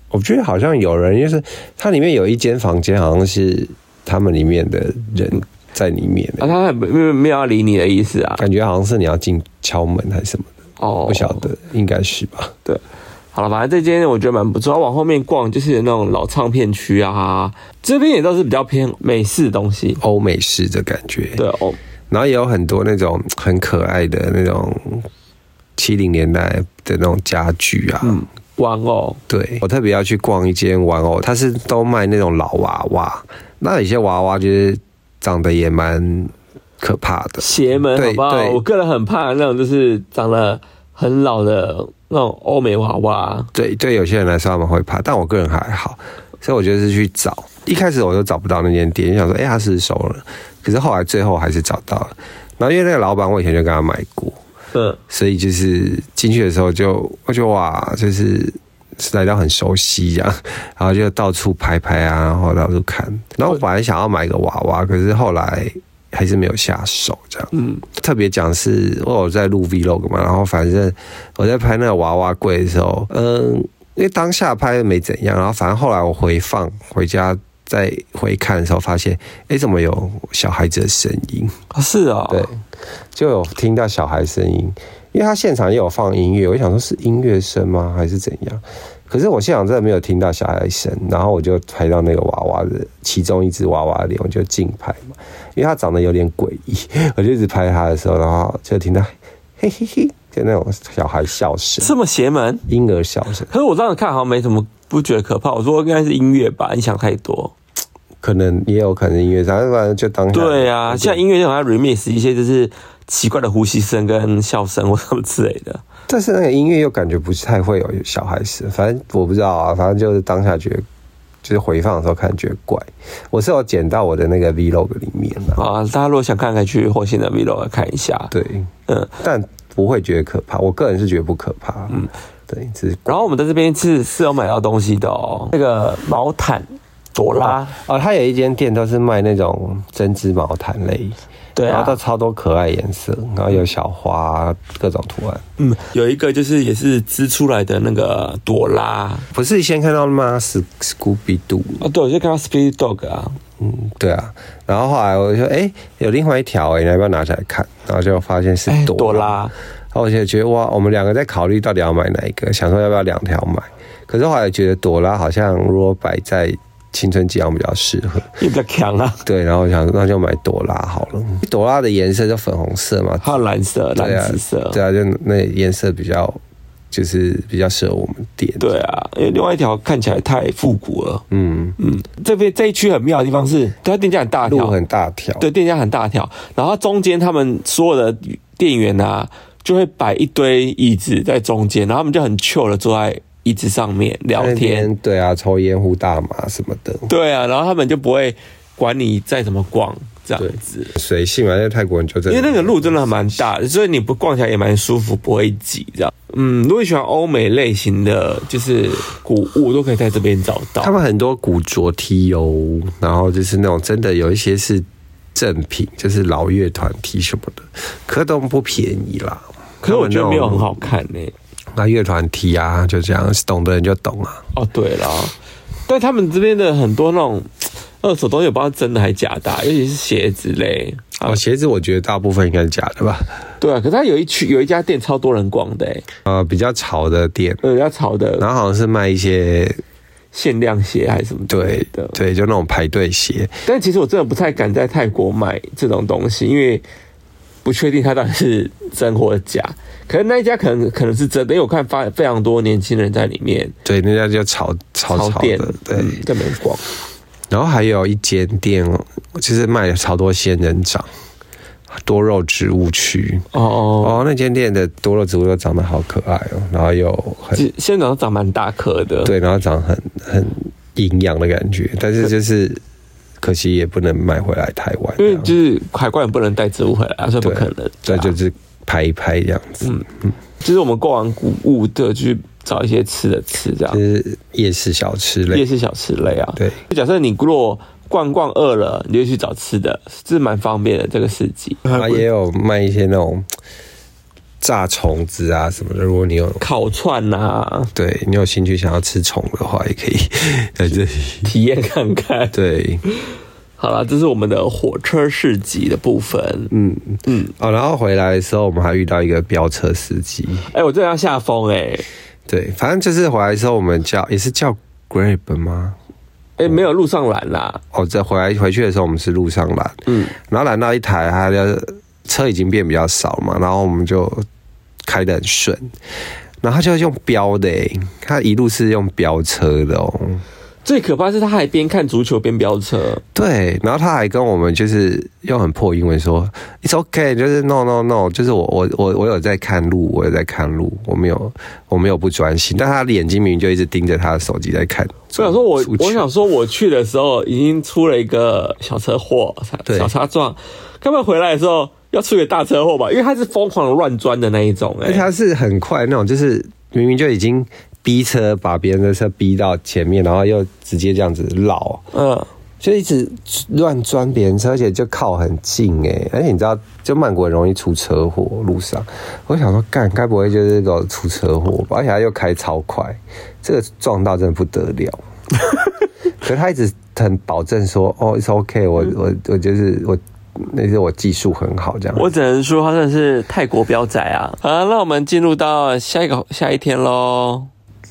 Speaker 3: 我觉得好像有人，就是它里面有一间房间，好像是他们里面的人在里面、
Speaker 1: 啊，他还没没没有要理你的意思啊。
Speaker 3: 感觉好像是你要进敲门还是什么的，
Speaker 1: 哦，
Speaker 3: 不晓得，应该是吧？
Speaker 1: 对，好了，反正这间我觉得蛮不错。往后面逛就是有那种老唱片区啊，这边也都是比较偏美式的东西。
Speaker 3: 欧美式的感觉，
Speaker 1: 对哦，
Speaker 3: 然后也有很多那种很可爱的那种七零年代的那种家具啊。
Speaker 1: 嗯玩偶
Speaker 3: 对我特别要去逛一间玩偶，它是都卖那种老娃娃，那有些娃娃就是长得也蛮可怕的。
Speaker 1: 邪门
Speaker 3: 对
Speaker 1: 好不好？
Speaker 3: 对
Speaker 1: 我个人很怕那种就是长得很老的那种欧美娃娃。
Speaker 3: 对对，有些人来说他们会怕，但我个人还好，所以我就是去找。一开始我就找不到那间店，就想说，哎、他是不是收了，可是后来最后还是找到了。然后因为那个老板，我以前就跟他买过，
Speaker 1: 嗯，
Speaker 3: 所以就是进去的时候就，我就哇，就是来到很熟悉呀、然后就到处拍拍啊，然后到处看。然后我本来想要买个娃娃，可是后来还是没有下手这样。嗯，特别讲是我有在录 vlog 嘛，然后反正我在拍那个娃娃柜的时候，嗯，因为当下拍没怎样，然后反正后来我回放回家。再回看的时候，发现，哎、怎么有小孩子的声音？
Speaker 1: 啊是啊、
Speaker 3: 对，就有听到小孩声音，因为他现场也有放音乐，我就想说是音乐声吗，还是怎样？可是我现场真的没有听到小孩声，然后我就拍到那个娃娃的其中一只娃娃的脸，我就近拍嘛，因为他长得有点诡异， 我就一直拍他的时候，然后就听到嘿嘿嘿，就那种小孩笑声，
Speaker 1: 这么邪门。
Speaker 3: 婴儿笑声，
Speaker 1: 可是我这样看好像没什么，不觉得可怕。我说应该是音乐吧，你想太多。
Speaker 3: 可能也有可能音乐声，反正就当下
Speaker 1: 对啊，像音乐那种它 remix 一些就是奇怪的呼吸声跟笑声或什么之类 的。
Speaker 3: 但是那个音乐又感觉不是太会有小孩子，反正我不知道啊，反正就是当下觉得，就是回放的时候看觉得怪。我是有剪到我的那个 vlog 里面的，
Speaker 1: 啊，大家如果想看，可以去火星的 vlog 看一下。，
Speaker 3: 对，
Speaker 1: 嗯。
Speaker 3: 但不会觉得可怕，我个人是觉得不可怕，嗯，对，只是
Speaker 1: 然后我们在这边是是有买到东西的哦，那个毛毯朵拉，
Speaker 3: 哦，它有一间店都是卖那种针织毛毯类，
Speaker 1: 对啊
Speaker 3: 然后都超多可爱颜色，然后有小花各种图案。
Speaker 1: 嗯，有一个就是也是织出来的那个朵拉。
Speaker 3: 不是先看到吗？Sc- Scooby Doo，
Speaker 1: 哦，对，我就看到 Speed Dog 啊，
Speaker 3: 嗯，对啊，然后后来我就说，哎、有另外一条、哎，你要不要拿起来看？然后就发现是
Speaker 1: 哎，
Speaker 3: 朵
Speaker 1: 朵
Speaker 3: 拉，
Speaker 1: 拉，
Speaker 3: 然后我就觉得哇，我们两个在考虑到底要买哪一个，想说要不要两条买。可是后来觉得朵拉好像如果摆在青春期好像比较适合，
Speaker 1: 也比较强啊，
Speaker 3: 对，然后我想那就买朵拉好了。朵拉的颜色就粉红色嘛，
Speaker 1: 还有蓝色、
Speaker 3: 对啊
Speaker 1: 蓝紫色。
Speaker 3: 对啊，就那颜色比较就是比较适合我们店。
Speaker 1: 对啊，因为另外一条看起来太复古了。
Speaker 3: 嗯，
Speaker 1: 嗯，这边这一区很妙的地方是，它店家很大
Speaker 3: 路
Speaker 1: 条，
Speaker 3: 很大条，
Speaker 1: 对，店家很大条，然后中间他们所有的店员啊，就会摆一堆椅子在中间，然后他们就很 chill 的坐在椅子上面聊
Speaker 3: 那
Speaker 1: 天
Speaker 3: 边，对啊，抽烟、呼大麻什么的。
Speaker 1: 对啊，然后他们就不会管你再怎么逛这样子，
Speaker 3: 随性嘛，因为泰国人就真
Speaker 1: 因
Speaker 3: 的
Speaker 1: 为那个路真的蛮大的，所以你不逛起来也蛮舒服，不会挤这样。嗯，如果你喜欢欧美类型的，就是古物都可以在这边找到
Speaker 3: 他。们很多古着 T 哦，然后就是那种真的有一些是正品，就是老乐团 T 什么的，可都不便宜啦。
Speaker 1: 可是我觉得没有很
Speaker 3: 他们
Speaker 1: 好看呢、
Speaker 3: 那种，那乐团 T 啊，就这样，懂的人就懂啊。
Speaker 1: 哦，对啦，但他们这边的很多那种呃二手东西，我不知道真的还假的啊，尤其是鞋子类。啊
Speaker 3: 哦，，鞋子我觉得大部分应该是假的吧。
Speaker 1: 对啊，可是它有一区有一家店超多人逛的、欸，
Speaker 3: 呃，比较潮的店，
Speaker 1: 有一家潮的
Speaker 3: 然后好像是卖一些
Speaker 1: 限量鞋还是什么之类
Speaker 3: 对
Speaker 1: 的。
Speaker 3: 对，就那种排队鞋。
Speaker 1: 但其实我真的不太敢在泰国买这种东西，因为不确定它到底是真或假。可能那一家可能可能是真的，因为我看发非常多年轻人在里面
Speaker 3: 对，那家就潮潮潮
Speaker 1: 店
Speaker 3: 的，，对。
Speaker 1: 嗯在里面逛。
Speaker 3: 然后还有一间店，就是卖了超多仙人掌、多肉植物区。
Speaker 1: 哦哦，
Speaker 3: 哦，那间店的多肉植物都长得好可爱哦，然后又很
Speaker 1: 其现在长得长蛮大颗的。
Speaker 3: 对，然后长得很很营养的感觉，但是就是可惜也不能买回来台湾这
Speaker 1: 因为
Speaker 3: 样，
Speaker 1: 就是海关也不能带植物回来啊，所以不
Speaker 3: 啊对
Speaker 1: 可能。
Speaker 3: 对，
Speaker 1: 啊
Speaker 3: 就是拍一拍这样子，
Speaker 1: 嗯就是我们逛完古物的，去找一些吃的吃，这样
Speaker 3: 就是夜市小吃
Speaker 1: 啊夜
Speaker 3: 类。
Speaker 1: 市小吃类啊。
Speaker 3: 对，
Speaker 1: 就假设你如果逛逛饿了，你就去找吃的，这蛮方便的这个市集。
Speaker 3: 它也有卖一些那种炸虫子啊什么的，如果你有。
Speaker 1: 烤串啊，
Speaker 3: 对你有兴趣想要吃虫的话，也可以在这里。
Speaker 1: 体验看看。
Speaker 3: 对，
Speaker 1: 好了，这是我们的火车市集的部分。嗯嗯，
Speaker 3: 哦，然后回来的时候，我们还遇到一个飙车司机。
Speaker 1: 哎、我真的要下风哎、
Speaker 3: 对，反正就是回来的时候，我们叫也是叫 Grab 吗？
Speaker 1: 哎、
Speaker 3: 嗯
Speaker 1: 没有路上拦啊啦，
Speaker 3: 哦，在回来回去的时候，我们是路上拦，嗯，然后拦到一台，他的车已经变比较少嘛，然后我们就开得很顺，然后他就用飙的、欸，他一路是用飙车的哦，
Speaker 1: 最可怕是他还边看足球边飙车。
Speaker 3: 对，然后他还跟我们就是用很破英文说 "It's OK"，就是 "No No No"，就是我我我我有在看路，我有在看路，我没有我没有不专心，但他的眼睛明明就一直盯着他的手机在看足。
Speaker 1: 我想说我，
Speaker 3: 足
Speaker 1: 我
Speaker 3: 球
Speaker 1: 想说，我去的时候已经出了一个小车祸，小
Speaker 3: 对
Speaker 1: 小擦撞，根本回来的时候要出一个大车祸吧？因为他是疯狂的乱钻的那一种、
Speaker 3: 而且
Speaker 1: 哎，
Speaker 3: 他是很快那种，就是明明就已经逼车把别人的车逼到前面，然后又直接这样子绕，
Speaker 1: 嗯，
Speaker 3: 就一直乱钻别人车，而且就靠很近哎、而且你知道，就曼谷很容易出车祸，路上我想说，干该不会就是给我出车祸吧？而且他又开超快，这个撞到真的不得了。 可是他一直很保证说，哦，it's OK，我我我就是我，那是我技术很好这样。
Speaker 1: 我只能说他真的是泰国标仔啊！好，那我们进入到下一个下一天喽。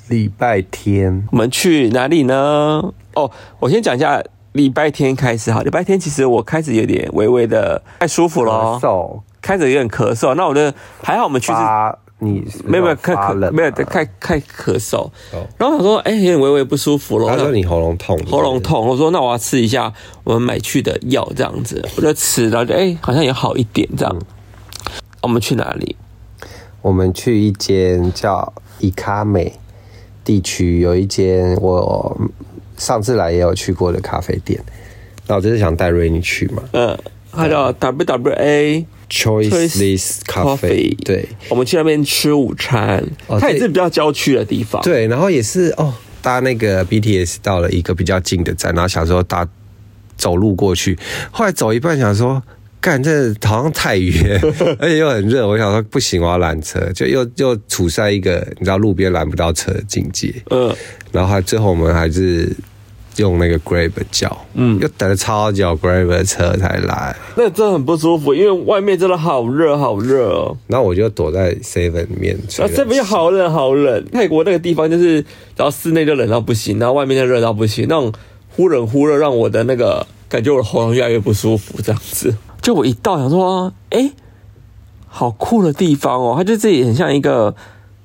Speaker 3: 礼拜天，
Speaker 1: 我们去哪里呢？哦，我先讲一下礼拜天开始哈。礼拜天其实我开始有点微微的不太舒服
Speaker 3: 咳
Speaker 1: 咯，
Speaker 3: 嗽
Speaker 1: 开始有点咳嗽。那我的还好，我们去是
Speaker 3: 发，你是不是
Speaker 1: 没有没有
Speaker 3: 发
Speaker 1: 看咳
Speaker 3: 冷啊
Speaker 1: 没有
Speaker 3: 吗
Speaker 1: 看看咳嗽
Speaker 3: 哦。
Speaker 1: 然后我想说，哎、有点微微不舒服咯。
Speaker 3: 他
Speaker 1: 我
Speaker 3: 说
Speaker 1: 想
Speaker 3: 你喉咙痛，
Speaker 1: 喉咙。痛，我说那我要吃一下我们买去的药，这样子，我就吃，然后就哎、好像也好一点这样。我们去哪里？
Speaker 3: 我们去一间叫伊卡美地区，有一间我上次来也有去过的咖啡店。那我就是想带瑞妮去嘛
Speaker 1: 呃，它叫 WWA。
Speaker 3: ，Choiceless Coffee，对，
Speaker 1: 我们去那边吃午餐，
Speaker 3: 哦
Speaker 1: 它也
Speaker 3: 这
Speaker 1: 是比较郊区的地方。
Speaker 3: 对，然后也是哦，搭那个 BTS 到了一个比较近的站，然后想说搭走路过去，后来走一半想说。干，这好像太远，而且又很热。我想说不行，我要拦车，就又又处在一个你知道路边拦不到车的境界。
Speaker 1: 嗯，
Speaker 3: 然后还最后我们还是用那个 Grab 叫，嗯，又等了超久 Grab 的车才来。
Speaker 1: 那真的很不舒服，因为外面真的好热好热哦，
Speaker 3: 然后我就躲在 Seven 里面吹
Speaker 1: 然后
Speaker 3: 冷气，
Speaker 1: 啊这边又好冷好冷。泰国那个地方就是，然后室内就冷到不行，然后外面就热到不行，那种忽冷忽热让我的那个感觉我的喉咙越来越不舒服，这样子。就我一到想说，哎、好酷的地方哦，它就自己很像一个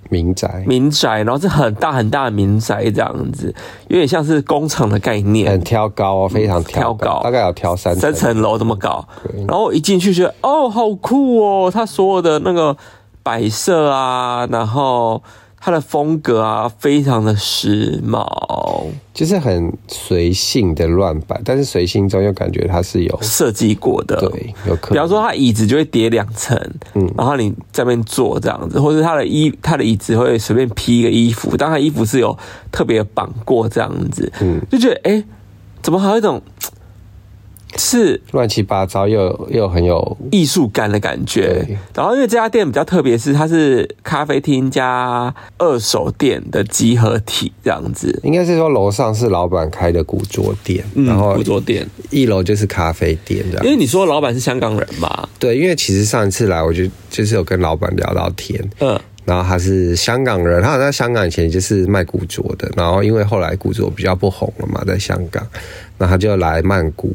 Speaker 3: 民宅，
Speaker 1: 民宅，然后是很大很大的民宅这样子，有点像是工厂的概念，
Speaker 3: 很挑高哦，非常
Speaker 1: 嗯
Speaker 3: 挑
Speaker 1: 挑高
Speaker 3: 大概有挑三
Speaker 1: 三层楼这么高
Speaker 3: 对。
Speaker 1: 然后我一进去觉得，哦，好酷哦！它所有的那个摆设啊，然后它的风格啊，非常的时髦，
Speaker 3: 就是很随性的乱摆，但是随性中又感觉它是有
Speaker 1: 设计过的。
Speaker 3: 对有可能
Speaker 1: 啊比方说，它椅子就会叠两层，
Speaker 3: 嗯
Speaker 1: 然后你在那边坐这样子，或是它的衣，它的椅子会随便披一个衣服，但它衣服是有特别绑过这样子，
Speaker 3: 嗯
Speaker 1: 就觉得哎、诶怎么还有一种是
Speaker 3: 乱七八糟又有又很有
Speaker 1: 艺术感的感觉
Speaker 3: 对。
Speaker 1: 然后因为这家店比较特别，是它是咖啡厅加二手店的集合体这样子。
Speaker 3: 应该是说楼上是老板开的古着店，然后
Speaker 1: 嗯古着店，
Speaker 3: 一楼就是咖啡店这
Speaker 1: 因
Speaker 3: 样。
Speaker 1: 为你说老板是香港人嘛，
Speaker 3: 对，因为其实上一次来，我就就是有跟老板聊到天，
Speaker 1: 嗯，
Speaker 3: 然后他是香港人，他好像在香港以前就是卖古着的，然后因为后来古着比较不红了嘛，在香港，那他就来曼谷，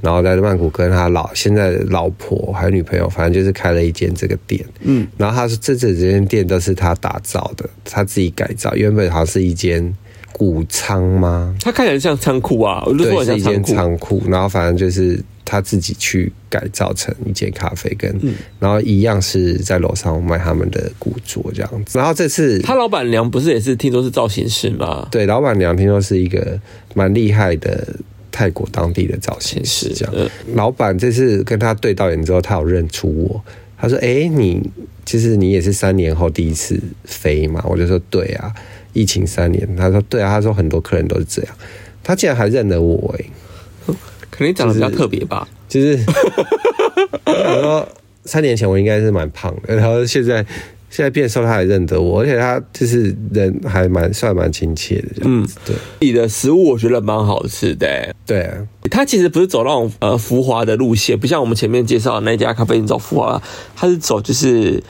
Speaker 3: 然后在曼谷跟他老现在的老婆还有女朋友，反正就是开了一间这个店，嗯，然后他说这这几间店都是他打造的，他自己改造，原本好像是一间谷仓吗？
Speaker 1: 他看起来像仓库啊，我就说很
Speaker 3: 对，是一
Speaker 1: 像
Speaker 3: 间
Speaker 1: 仓库。
Speaker 3: 仓库，然后反正就是他自己去改造成一间咖啡跟，
Speaker 1: 嗯
Speaker 3: 然后一样是在楼上卖他们的古着这样子。然后这次
Speaker 1: 他老板娘不是也是听说是造型师吗？
Speaker 3: 对老板娘听说是一个蛮厉害的泰国当地的造型师，
Speaker 1: 是
Speaker 3: 这样。
Speaker 1: 嗯
Speaker 3: 老板这次跟他对到眼之后，他有认出我，他说：“哎、你就是你也是三年后第一次飞嘛？”我就说：“对啊，疫情三年。”他说：“对啊。”他说：“很多客人都是这样。”他竟然还认得我、诶
Speaker 1: 可能你长得比较特别吧。
Speaker 3: 就是我想说三年前我应该是蛮胖的，然后现在现在变瘦，他还认得我，而且他就是人还蛮算蛮亲切的这样子，对
Speaker 1: 你的食物我觉得蛮好吃的、
Speaker 3: 对啊，
Speaker 1: 它其实不是走那种呃浮华的路线，不像我们前面介绍的那家咖啡店走浮华，它是走就是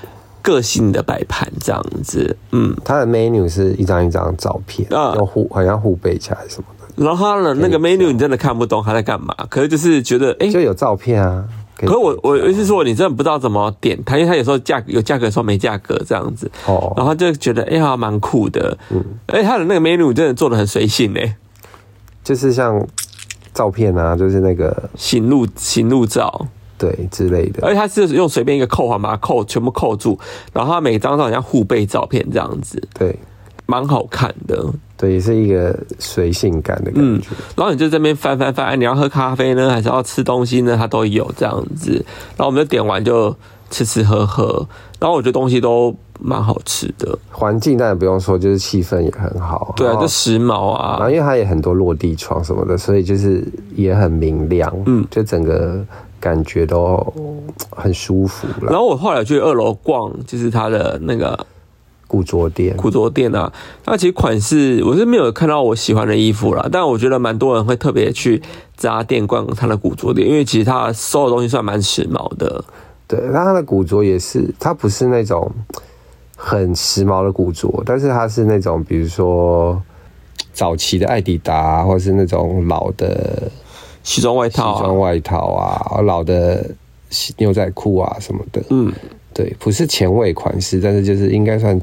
Speaker 1: 个性的摆盘这样子，嗯，
Speaker 3: 他的 menu 是一张一张照片，
Speaker 1: 啊
Speaker 3: 要互好像互背起来什么的，
Speaker 1: 然后它的那个 menu 你真的看不懂它在干嘛，可是就是觉得哎。
Speaker 3: 啊就有照片啊。可以
Speaker 1: 可是我我意思是说，你真的不知道怎么点它，因为它有时候价有价格，有时候没价格这样子，
Speaker 3: 哦
Speaker 1: 然后就觉得哎，还蛮酷的，嗯，哎，它的那个 menu 真的做的很随性哎，
Speaker 3: 就是像照片啊，就是那个
Speaker 1: 行路行路照，
Speaker 3: 对之类的，
Speaker 1: 而且它是用随便一个扣环把它扣全部扣住，然后它每张都好像互背照片这样子，
Speaker 3: 对
Speaker 1: 蛮好看的，
Speaker 3: 对，也是一个随性感的感觉。
Speaker 1: 然后你就这边翻翻翻，哎你要喝咖啡呢，还是要吃东西呢？它都有这样子。然后我们就点完就吃吃喝喝，然后我觉得东西都蛮好吃的。
Speaker 3: 环境当然不用说，就是气氛也很好。
Speaker 1: 对啊，
Speaker 3: 然后
Speaker 1: 就时髦
Speaker 3: 然
Speaker 1: 啊
Speaker 3: 后，因为它也很多落地窗什么的，所以就是也很明亮，嗯，就整个感觉都很舒服
Speaker 1: 然
Speaker 3: 了。
Speaker 1: 后我后来去二楼逛，就是它的那个
Speaker 3: 古着店，
Speaker 1: 古着店啊，那其实款式我是没有看到我喜欢的衣服啦，但我觉得蛮多人会特别去这家店逛它的古着店，因为其实它收的东西算蛮时髦的。
Speaker 3: 对，那它的古着也是，它不是那种很时髦的古着，但是它是那种比如说早期的艾迪达，啊或是那种老的
Speaker 1: 西装外
Speaker 3: 西
Speaker 1: 套、
Speaker 3: 装
Speaker 1: 啊，
Speaker 3: 外套啊，老的西牛仔裤啊什么的。
Speaker 1: 嗯
Speaker 3: 对，不是前卫款式，但是就是应该算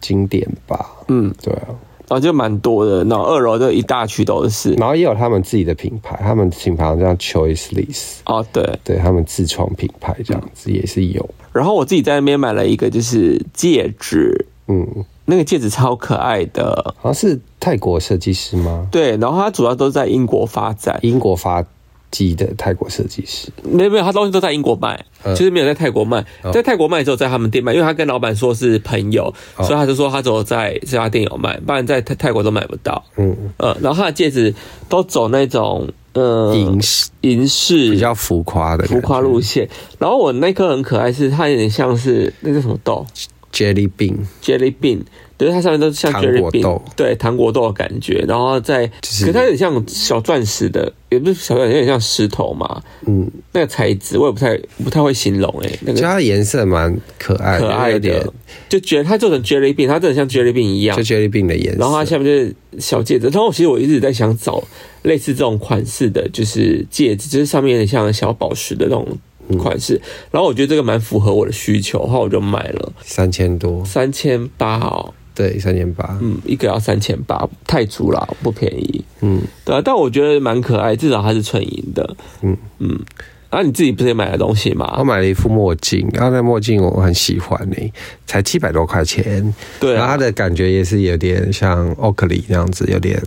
Speaker 3: 经典吧。
Speaker 1: 嗯，
Speaker 3: 对啊，
Speaker 1: 然后就蛮多的，然后二楼就一大区都是。
Speaker 3: 然后也有他们自己的品牌，他们品牌好像叫 Choiceless，
Speaker 1: 哦，对，
Speaker 3: 对他们自创品牌这样子也是有。
Speaker 1: 然后我自己在那边买了一个就是戒指，
Speaker 3: 嗯，
Speaker 1: 那个戒指超可爱的。
Speaker 3: 好像是泰国设计师吗？
Speaker 1: 对，然后它主要都在英国发展，
Speaker 3: 英国发迹的泰国设计师。
Speaker 1: 没有没有，它东西都在英国卖，
Speaker 3: 嗯
Speaker 1: 就是没有在泰国卖，在泰国卖只有在他们店卖，因为他跟老板说是朋友，所以他就说他只有在这家店有卖，不然在泰泰国都买不到。
Speaker 3: 嗯，
Speaker 1: 呃，然后他的戒指都走那种呃
Speaker 3: 银饰
Speaker 1: 银饰
Speaker 3: 嗯比较浮夸的感觉
Speaker 1: 浮夸路线，然后我那颗很可爱是，它有点像是那叫什么豆
Speaker 3: ，Jelly Bean
Speaker 1: jelly bean，就是它上面都是像
Speaker 3: 糖
Speaker 1: jelly
Speaker 3: 果
Speaker 1: bean，
Speaker 3: 豆
Speaker 1: 对糖果豆的感觉，然后再，
Speaker 3: 是
Speaker 1: 可是它有点像小钻石的，也不是小钻石，有点像石头嘛，
Speaker 3: 嗯，
Speaker 1: 那个材质我也不太不太会形容哎、那
Speaker 3: 就
Speaker 1: 个
Speaker 3: 它颜色蛮可爱的，
Speaker 1: 可爱
Speaker 3: 有点
Speaker 1: 的，就觉得它做成 jelly bean，它真的像 jelly bean 一样
Speaker 3: 就，Jelly Bean 的颜色。
Speaker 1: 然后它下面就是小戒指，然后我其实我一直在想找类似这种款式的，就是戒指，就是上面有点像小宝石的那种款
Speaker 3: 嗯
Speaker 1: 式。然后我觉得这个蛮符合我的需求，然后我就买了
Speaker 3: 三千多，
Speaker 1: 三千八哦，
Speaker 3: 对，三千八。
Speaker 1: 嗯，一个要三千八，太足了，不便宜。
Speaker 3: 嗯，
Speaker 1: 对啊，但我觉得蛮可爱，至少它是纯银的。
Speaker 3: 嗯
Speaker 1: 嗯，啊，你自己不是也买了东西
Speaker 3: 我
Speaker 1: 吗？
Speaker 3: 啊买了一副墨镜，然后那墨镜我很喜欢呢、才七百多块钱。
Speaker 1: 对
Speaker 3: 然后它
Speaker 1: 啊，
Speaker 3: 的感觉也是有点像奥克利那样子，有点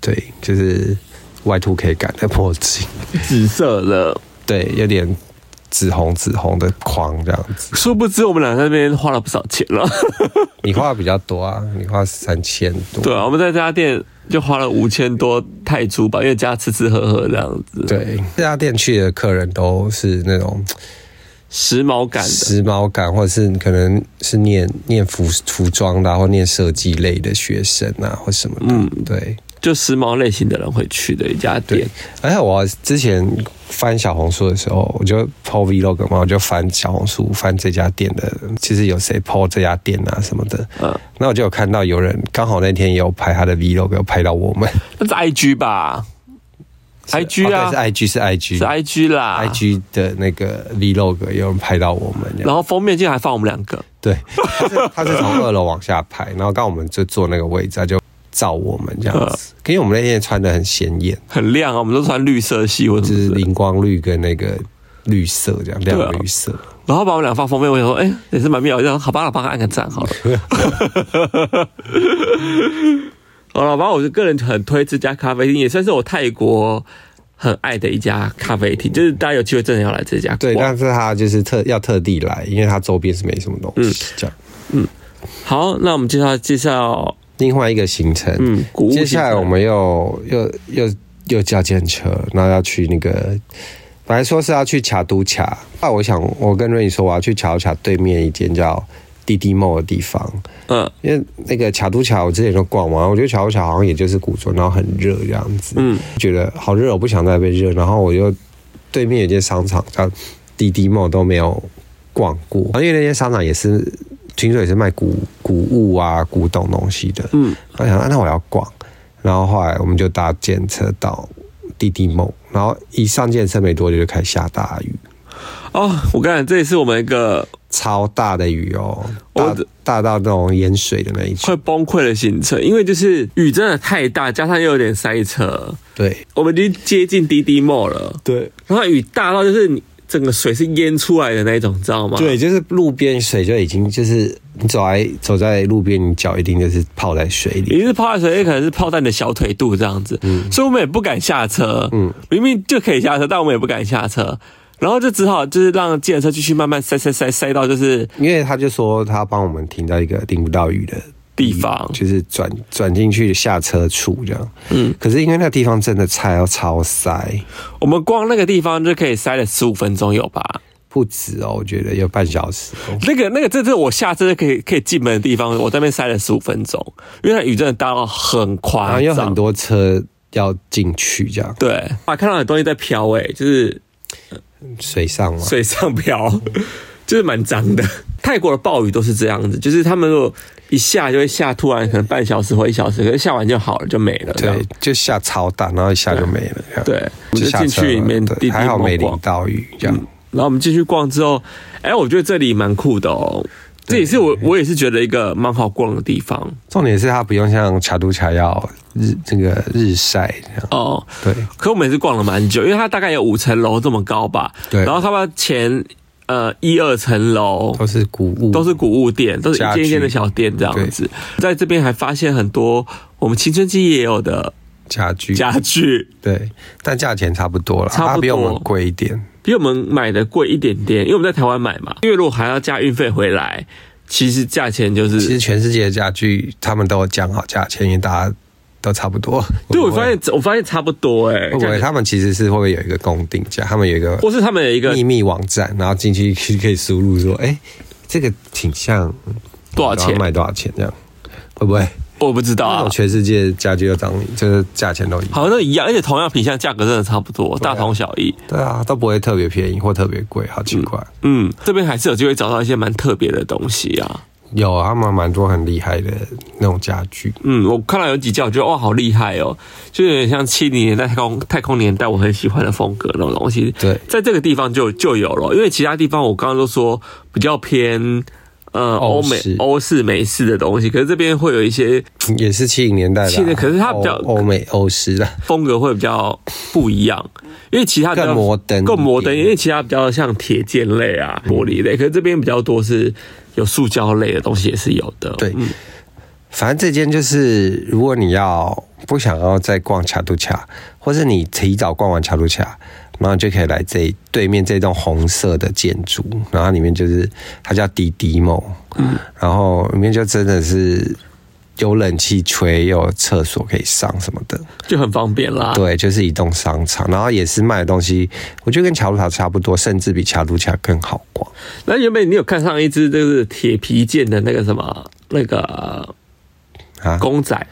Speaker 3: 对，就是 Y two K 感的墨镜，
Speaker 1: 紫色的。
Speaker 3: 对，有点紫红紫红的框这样子。
Speaker 1: 殊不知我们俩在那边花了不少钱了。
Speaker 3: 你花的比较多啊，你花三千多，
Speaker 1: 对啊，我们在这家店就花了五千多泰铢吧，因为加吃吃喝喝这样子，，
Speaker 3: 对，这家店去的客人都是那种
Speaker 1: 时髦感的。
Speaker 3: 时髦感，或者是可能是念念服服装的啊、或念设计类的学生啊，或什么的，
Speaker 1: 嗯
Speaker 3: 对。
Speaker 1: 就时髦类型的人会去的一家
Speaker 3: 对
Speaker 1: 店，，
Speaker 3: 而且我之前翻小红书的时候，我就 PO vlog 嘛，我就翻小红书翻这家店的，其实有谁 PO 这家店啊什么的。
Speaker 1: 嗯，
Speaker 3: 那我就有看到有人刚好那天也有拍他的 vlog，有拍到我们。
Speaker 1: 那是 I G 吧？I G
Speaker 3: 哦
Speaker 1: 啊，
Speaker 3: 对是 IG 是 IG
Speaker 1: 是 I G 啊啦
Speaker 3: IG 的那个 vlog 有人拍到我们这样，
Speaker 1: 然后封面竟然还放我们两个，
Speaker 3: 对，他是他是从二楼往下拍，然后刚好我们就坐那个位置，他就照我们这样
Speaker 1: 嗯
Speaker 3: 子，因为我们那天穿的很鲜艳，
Speaker 1: 很亮啊，我们都穿绿色系或者
Speaker 3: 就
Speaker 1: 什
Speaker 3: 是
Speaker 1: 么的，
Speaker 3: 荧光绿跟那个绿色这样
Speaker 1: 对啊
Speaker 3: 亮绿色。
Speaker 1: 然后把我们俩放封面，我想说，哎、也是蛮妙的，这样好吧，老帮他按个赞好了。好了，反正我就个人很推这家咖啡厅，也算是我泰国很爱的一家咖啡厅，就是大家有机会真的要来这家逛。
Speaker 3: 对，但是他就是特要特地来，因为他周边是没什么东
Speaker 1: 嗯
Speaker 3: 西。这样，
Speaker 1: 好，那我们介绍介绍，
Speaker 3: 另外一个行程，
Speaker 1: 嗯，古物
Speaker 3: 接
Speaker 1: 行程。
Speaker 3: 下来我们又又又又叫建车，然后要去那个。本来说是要去卡都卡，那我想我跟瑞颖说我要去卡都卡对面一间叫滴滴梦的地方，
Speaker 1: 嗯
Speaker 3: 因为那个卡都卡我之前都逛完，我觉得卡都卡好像也就是古着，然后很热这样子，
Speaker 1: 嗯，
Speaker 3: 觉得好热，我不想再被热。然后我又对面有一间商场叫滴滴梦都没有逛过，因为那间商场也是听说也是卖古古物啊、古董东西的。
Speaker 1: 嗯，
Speaker 3: 我想、啊、那我要逛，然后后来我们就搭电车到滴滴梦，然后一上电车没多久就开始下大雨，
Speaker 1: 哦，我跟你讲，这也是我们一个
Speaker 3: 超大的雨哦，
Speaker 1: 我
Speaker 3: 大
Speaker 1: 的
Speaker 3: 大到那种淹水的那一种。
Speaker 1: 会崩溃的行程，因为就是雨真的太大，加上又有点塞车，
Speaker 3: 对
Speaker 1: 我们已经接近滴滴 mall 了。
Speaker 3: 对
Speaker 1: 然后雨大到就是你整个水是淹出来的那一种，你知道吗？
Speaker 3: 对，就是路边水就已经就是你走在走在路边，你脚一定就是泡在水里。
Speaker 1: 一定是泡在水里，也可能是泡在你的小腿嗯肚这样子，所以我们也不敢下车。嗯，明明就可以下车，但我们也不敢下车。然后就只好就是让计程车继续慢慢塞塞塞塞到就是
Speaker 3: 因为他就说他帮我们停到一个淋不到雨的
Speaker 1: 地方
Speaker 3: 就是转转进去下车处这样。嗯，可是因为那个地方真的菜要超塞，
Speaker 1: 我们逛那个地方就可以塞了十五分钟有吧？
Speaker 3: 不止哦，我觉得有半小时、哦。
Speaker 1: 那个那个，这是我下次可以可以进门的地方，我在那边塞了十五分钟，因为那雨真的大到啊很
Speaker 3: 然
Speaker 1: 夸
Speaker 3: 后
Speaker 1: 张，
Speaker 3: 有很多车要进去，这样
Speaker 1: 对，啊，看到很多东西在飘，哎，就是
Speaker 3: 水上嘛，
Speaker 1: 水上漂，就是蛮脏的。泰国的暴雨都是这样子，就是他们如果一下就会下，突然可能半小时或一小时，可是下完就好了，就没了。这样
Speaker 3: 对，就下超大，然后一下就没了，这样
Speaker 1: 对我们就
Speaker 3: 就下
Speaker 1: 进
Speaker 3: 车
Speaker 1: 去里
Speaker 3: 了
Speaker 1: 面
Speaker 3: 对
Speaker 1: 滴滴
Speaker 3: 还好没
Speaker 1: 摸
Speaker 3: 淋
Speaker 1: 摸
Speaker 3: 到雨，这样。
Speaker 1: 然后我们进去逛之后，哎、我觉得这里蛮酷的哦。这也是我我也是觉得一个蛮好逛的地方
Speaker 3: 重点是它不用像卡都卡要日这个日晒这样，
Speaker 1: 哦。
Speaker 3: 对，
Speaker 1: 可我们也是逛了蛮久，因为它大概有五层楼这么高吧。
Speaker 3: 对
Speaker 1: 然后它把前呃一二层楼
Speaker 3: 都是谷物，
Speaker 1: 都是古物店，都是一
Speaker 3: 家
Speaker 1: 间
Speaker 3: 具
Speaker 1: 一间的小店这样子。在这边还发现很多我们青春期也有的
Speaker 3: 家具，
Speaker 1: 家具，
Speaker 3: 对，但价钱差不多了，
Speaker 1: 差不
Speaker 3: 它比我
Speaker 1: 多
Speaker 3: 们贵一点，
Speaker 1: 比我们买的贵一点点，因为我们在台湾买嘛。因为如果还要加运费回来，其实价钱就是
Speaker 3: 其实全世界的家具他们都有讲好价钱，因为大家都差不多。
Speaker 1: 对，我
Speaker 3: 不会
Speaker 1: 发现我发现差不多哎、欸，
Speaker 3: 会不
Speaker 1: 价
Speaker 3: 会
Speaker 1: 钱
Speaker 3: 他们其实是会不会有一个公定价？他们有一个
Speaker 1: 或是他们有一个
Speaker 3: 秘密网站，然后进去 可以可以输入说，哎、这个挺像
Speaker 1: 多少钱
Speaker 3: 然后卖多少钱这样，会不会？
Speaker 1: 我不知道
Speaker 3: 那
Speaker 1: 啊
Speaker 3: 种，全世界家具都长，就是价钱都一样。
Speaker 1: 好像都一样，而且同样品相价格真的差不多，大同小异。
Speaker 3: 对啊，都不会特别便宜或特别贵，好奇怪。
Speaker 1: 嗯，这边还是有机会找到一些蛮特别的东西啊。
Speaker 3: 有啊，他们蛮多很厉害的那种家具，
Speaker 1: 嗯，我看到有几件，我觉得哇，好厉害哦，就有点像七零年代太空太空年代我很喜欢的风格那种东西。
Speaker 3: 对
Speaker 1: 在这个地方就就有了，因为其他地方我刚刚都说比较偏呃欧
Speaker 3: 欧
Speaker 1: 美
Speaker 3: 式
Speaker 1: 欧式美式的东西，可是这边会有一些
Speaker 3: 也是七零年代的、啊。
Speaker 1: 70可是它比较嗯
Speaker 3: 欧欧美欧式的，
Speaker 1: 风格会比较不一样，因为其他比较
Speaker 3: 更摩登一点嗯
Speaker 1: 更摩登，因为其他比较像铁件类啊、玻璃类，可是这边比较多是有塑胶类的东西也是有的。
Speaker 3: 对
Speaker 1: 嗯
Speaker 3: 反正这间就是，如果你要不想要再逛卡杜卡，或是你提早逛完卡杜卡，然后你就可以来这一对面这栋红色的建筑，然后它里面就是它叫迪迪某，嗯，然后里面就真的是有冷气吹，又有厕所可以上什么的，
Speaker 1: 就很方便啦。
Speaker 3: 对，就是一栋商场，然后也是卖的东西，我觉得跟卡杜卡差不多，甚至比卡杜卡更好逛。
Speaker 1: 那原本你有看上一只就是铁皮件的那个什么那个
Speaker 3: 啊
Speaker 1: 公仔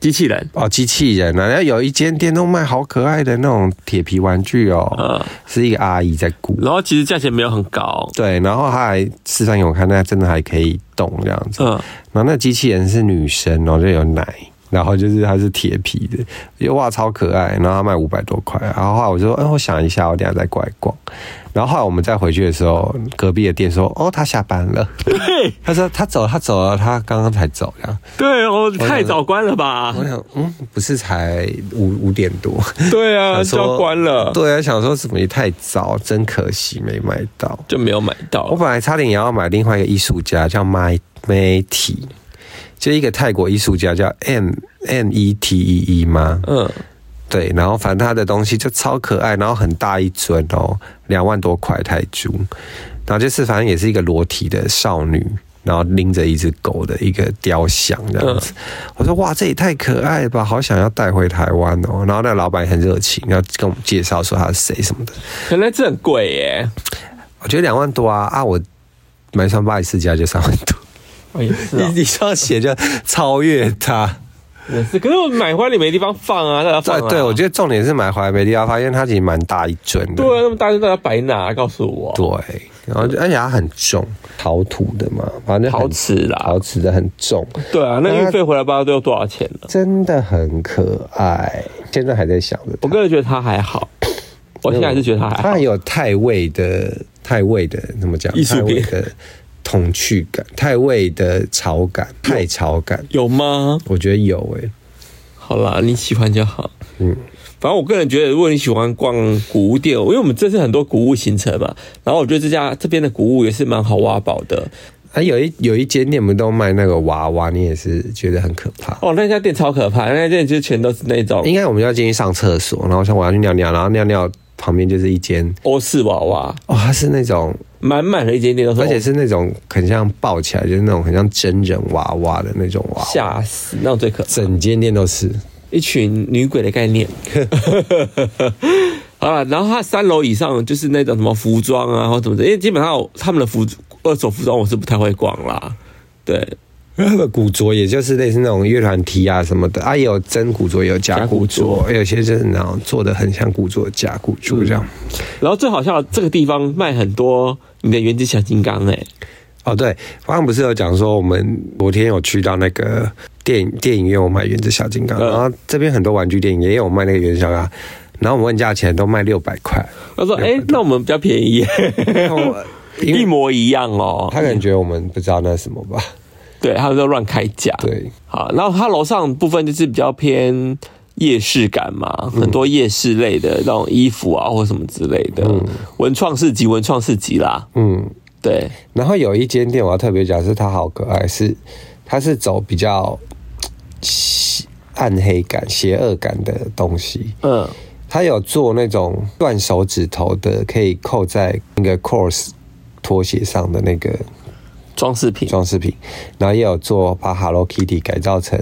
Speaker 1: 机器人，
Speaker 3: 哦，机器人啊，然后有一间店都卖好可爱的那种铁皮玩具哦，
Speaker 1: 嗯
Speaker 3: 是一个阿姨在鼓，
Speaker 1: 然后其实价钱没有很高，
Speaker 3: 对，然后她还示范给我看，那真的还可以动这样子。
Speaker 1: 嗯，
Speaker 3: 然后那机器人是女生，哦然后就有奶，然后就是它是铁皮的，就哇超可爱，然后它卖五百多块，然后后来我就说，嗯，我想一下，我等一下再过来逛。然后后来我们再回去的时候，隔壁的店说，哦，他下班了，
Speaker 1: 对
Speaker 3: 他说他走了，他走了，他刚刚才走这样。
Speaker 1: 对哦，太早关了吧？
Speaker 3: 我想，嗯，不是才五五点 多。
Speaker 1: 对啊，
Speaker 3: 想
Speaker 1: 就
Speaker 3: 说
Speaker 1: 要关了，
Speaker 3: 对啊，想说怎么也太早，真可惜没买到。
Speaker 1: 就没有买
Speaker 3: 我
Speaker 1: 到。
Speaker 3: 本来差点也要买另外一个艺术家叫 My Meti，就一个泰国艺术家叫 M M E T E E 吗？
Speaker 1: 嗯，
Speaker 3: 对，然后反正他的东西就超可爱，然后很大一尊哦，两万多块泰铢，然后就是反正也是一个裸体的少女，然后拎着一只狗的一个雕像这样子。我说哇，这也太可爱了吧，好想要带回台湾哦。然后那老板也很热情，要跟我们介绍说他是谁什么的。
Speaker 1: 原来这很贵耶。
Speaker 3: 我觉得两万多啊啊，我买双巴黎世家就三万多，
Speaker 1: 哦，也是
Speaker 3: 你你这样写就超越它。
Speaker 1: 也是，可是我买回来你没地方放啊，那要放
Speaker 3: 对
Speaker 1: 啊。
Speaker 3: 对，我觉得重点是买回来没地方放，因为它其实蛮大一尊的。
Speaker 1: 对啊，那么大就大家白拿，告诉我。
Speaker 3: 对，然后就而且它很重，陶土的嘛，反正很
Speaker 1: 陶瓷啊啦
Speaker 3: 陶瓷的很重，
Speaker 1: 对啊，那运费回来不知道都要多少钱了。
Speaker 3: 真的很可爱。现在还在想着它，
Speaker 1: 我个人觉得它还好，我现在还是觉得它还
Speaker 3: 它
Speaker 1: 好
Speaker 3: 很。有泰味的泰味的怎么讲？
Speaker 1: 艺术
Speaker 3: 泰味
Speaker 1: 品
Speaker 3: 的童趣感，泰味的潮感，泰潮感，
Speaker 1: 有吗？
Speaker 3: 我觉得有欸诶、
Speaker 1: 好啦，你喜欢就好。
Speaker 3: 嗯，
Speaker 1: 反正我个人觉得，如果你喜欢逛古物店，因为我们这次很多古物行程嘛，然后我觉得这家这边的古物也是蛮好挖宝的。
Speaker 3: 啊，有一有一间店不都卖那个娃娃，你也是觉得很可怕。
Speaker 1: 哦，那家店超可怕，那家店就全都是那种
Speaker 3: 应该我们就要进去上厕所，然后像我要去尿尿，然后尿尿旁边就是一间
Speaker 1: 欧式娃娃，
Speaker 3: 哦，它是那种，
Speaker 1: 满满的一间店都是，
Speaker 3: 而且是那种很像抱起来，就是那种很像真人娃娃的那种娃娃，
Speaker 1: 吓死，那种最可怕。
Speaker 3: 整间店都是。
Speaker 1: 一群女鬼的概念。好了，然后它三楼以上就是那种什么服装啊，或什么的，因为基本上我他们的服二手服装我是不太会逛啦。对，
Speaker 3: 那个古着也就是类似那种乐团 T 啊什么的，啊也有真古着，也有假古
Speaker 1: 假古嗯
Speaker 3: 着，有些就是那种做的很像古着的假古着这样。
Speaker 1: 然后最好笑的这个地方卖很多你的原子小金刚哎、欸
Speaker 3: 哦，对，刚刚不是有讲说我们昨天有去到那个电影电影院，我买《原子小金刚》
Speaker 1: 嗯
Speaker 3: 然后这边很多玩具店也有卖那个《原子小金刚》，然后我们问价钱都卖六百 块，
Speaker 1: 他说哎、欸那我们比较便宜、
Speaker 3: 然后我因
Speaker 1: 一
Speaker 3: 为
Speaker 1: 模一样哦。
Speaker 3: 他可能觉得我们不知道那是什么吧？
Speaker 1: 对，他们都乱开价。
Speaker 3: 对，
Speaker 1: 好，然后它楼上部分就是比较偏夜市感嘛，
Speaker 3: 嗯
Speaker 1: 很多夜市类的那种衣服啊或什么之类的，文创市集，文创市集啦。
Speaker 3: 嗯。
Speaker 1: 对，
Speaker 3: 然后有一间店我要特别讲，是它好可爱，是它是走比较邪暗黑感、邪恶感的东西。
Speaker 1: 嗯，
Speaker 3: 它有做那种断手指头的，可以扣在那个 Course 拖鞋上的那个
Speaker 1: 装饰品，
Speaker 3: 装饰品，然后也有做把 Hello Kitty 改造成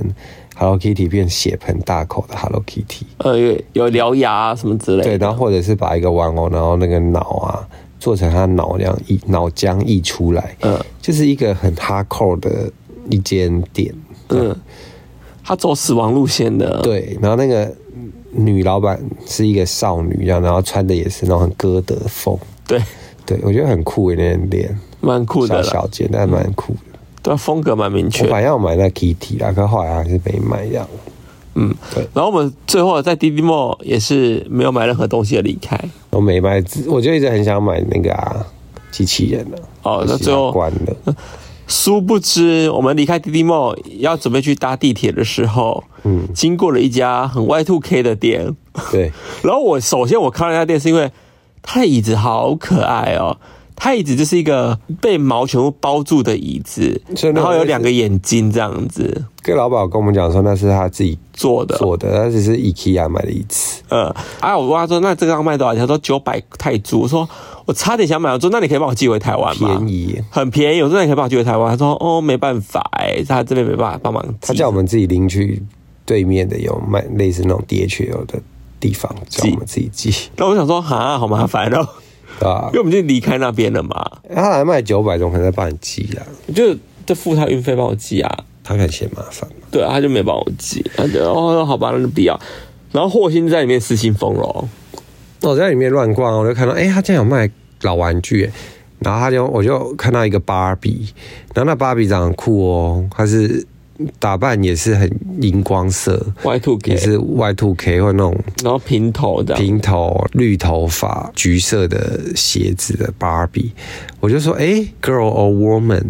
Speaker 3: Hello Kitty 变血盆大口的 Hello Kitty，
Speaker 1: 呃，有有獠牙、啊、什么之类
Speaker 3: 对，
Speaker 1: 的。
Speaker 3: 然后或者是把一个玩偶，然后那个脑啊做成它脑量溢脑浆溢出来，
Speaker 1: 嗯
Speaker 3: 就是一个很哈扣的一间店，
Speaker 1: 嗯，他走死亡路线的。，
Speaker 3: 对，然后那个女老板是一个少女一样，然后穿的也是那种很歌德风，
Speaker 1: 对，
Speaker 3: 对我觉得很酷欸的那间店，
Speaker 1: 蛮酷的
Speaker 3: 小
Speaker 1: 啦，嗯
Speaker 3: 小间但蛮酷的。
Speaker 1: 对，风格蛮明确
Speaker 3: 我。本来要买那 Kitty 啦，可后来还是没买这样。
Speaker 1: 然后我们最后在滴滴莫也是没有买任何东西的离开。
Speaker 3: 我没买，只我就一直很想买那个啊，机器人啊。
Speaker 1: 哦
Speaker 3: 可惜
Speaker 1: 那最后
Speaker 3: 它关了。
Speaker 1: 殊不知，我们离开滴滴莫要准备去搭地铁的时候，嗯，经过了一家很 Y two K 的店。
Speaker 3: 对，
Speaker 1: 然后我首先我看到那家店是因为它的椅子好可爱哦，它椅子就是一个被毛全部包住的椅子，
Speaker 3: 所以那
Speaker 1: 然后
Speaker 3: 种
Speaker 1: 有
Speaker 3: 类似
Speaker 1: 两个眼睛这样子
Speaker 3: 跟老板跟我们讲说那是他自己
Speaker 1: 做的。
Speaker 3: 做的，他只是 IKEA 买的一次。
Speaker 1: 呃，啊，我问他说那这个要卖多少钱？他说九百泰铢。我说我差点想买，我说那你可以帮我寄回台湾吗？
Speaker 3: 便宜耶，
Speaker 1: 很便宜。我说那你可以帮我寄回台湾。他说哦没办法哎、他这边没办法帮忙寄。
Speaker 3: 他叫我们自己拎去对面的有卖类似那种 DHL 的地方，叫我们自己寄，
Speaker 1: 然后我想说哈好麻
Speaker 3: 嗯
Speaker 1: 烦哦，
Speaker 3: 对吧
Speaker 1: 因为？我们已经离开那边了嘛，
Speaker 3: 他来卖九百种，可能在帮你寄啦，
Speaker 1: 就就付他运费帮我寄啊。
Speaker 3: 他可能嫌麻烦嘛。
Speaker 1: 对，啊他就没帮我寄，他就哦，好吧，那就不要。然后霍星在里面失心疯了，哦
Speaker 3: 我在里面乱逛，我就看到，哎、他竟然有卖老玩具耶，然后他就我就看到一个芭比，然后那芭比长得很酷哦，她是打扮也是很荧光色，
Speaker 1: y two K，
Speaker 3: 也是 Y two K 或那种
Speaker 1: 然后平头的，
Speaker 3: 平头、绿头发、橘色的鞋子的芭比，我就说，哎、g i r l or woman。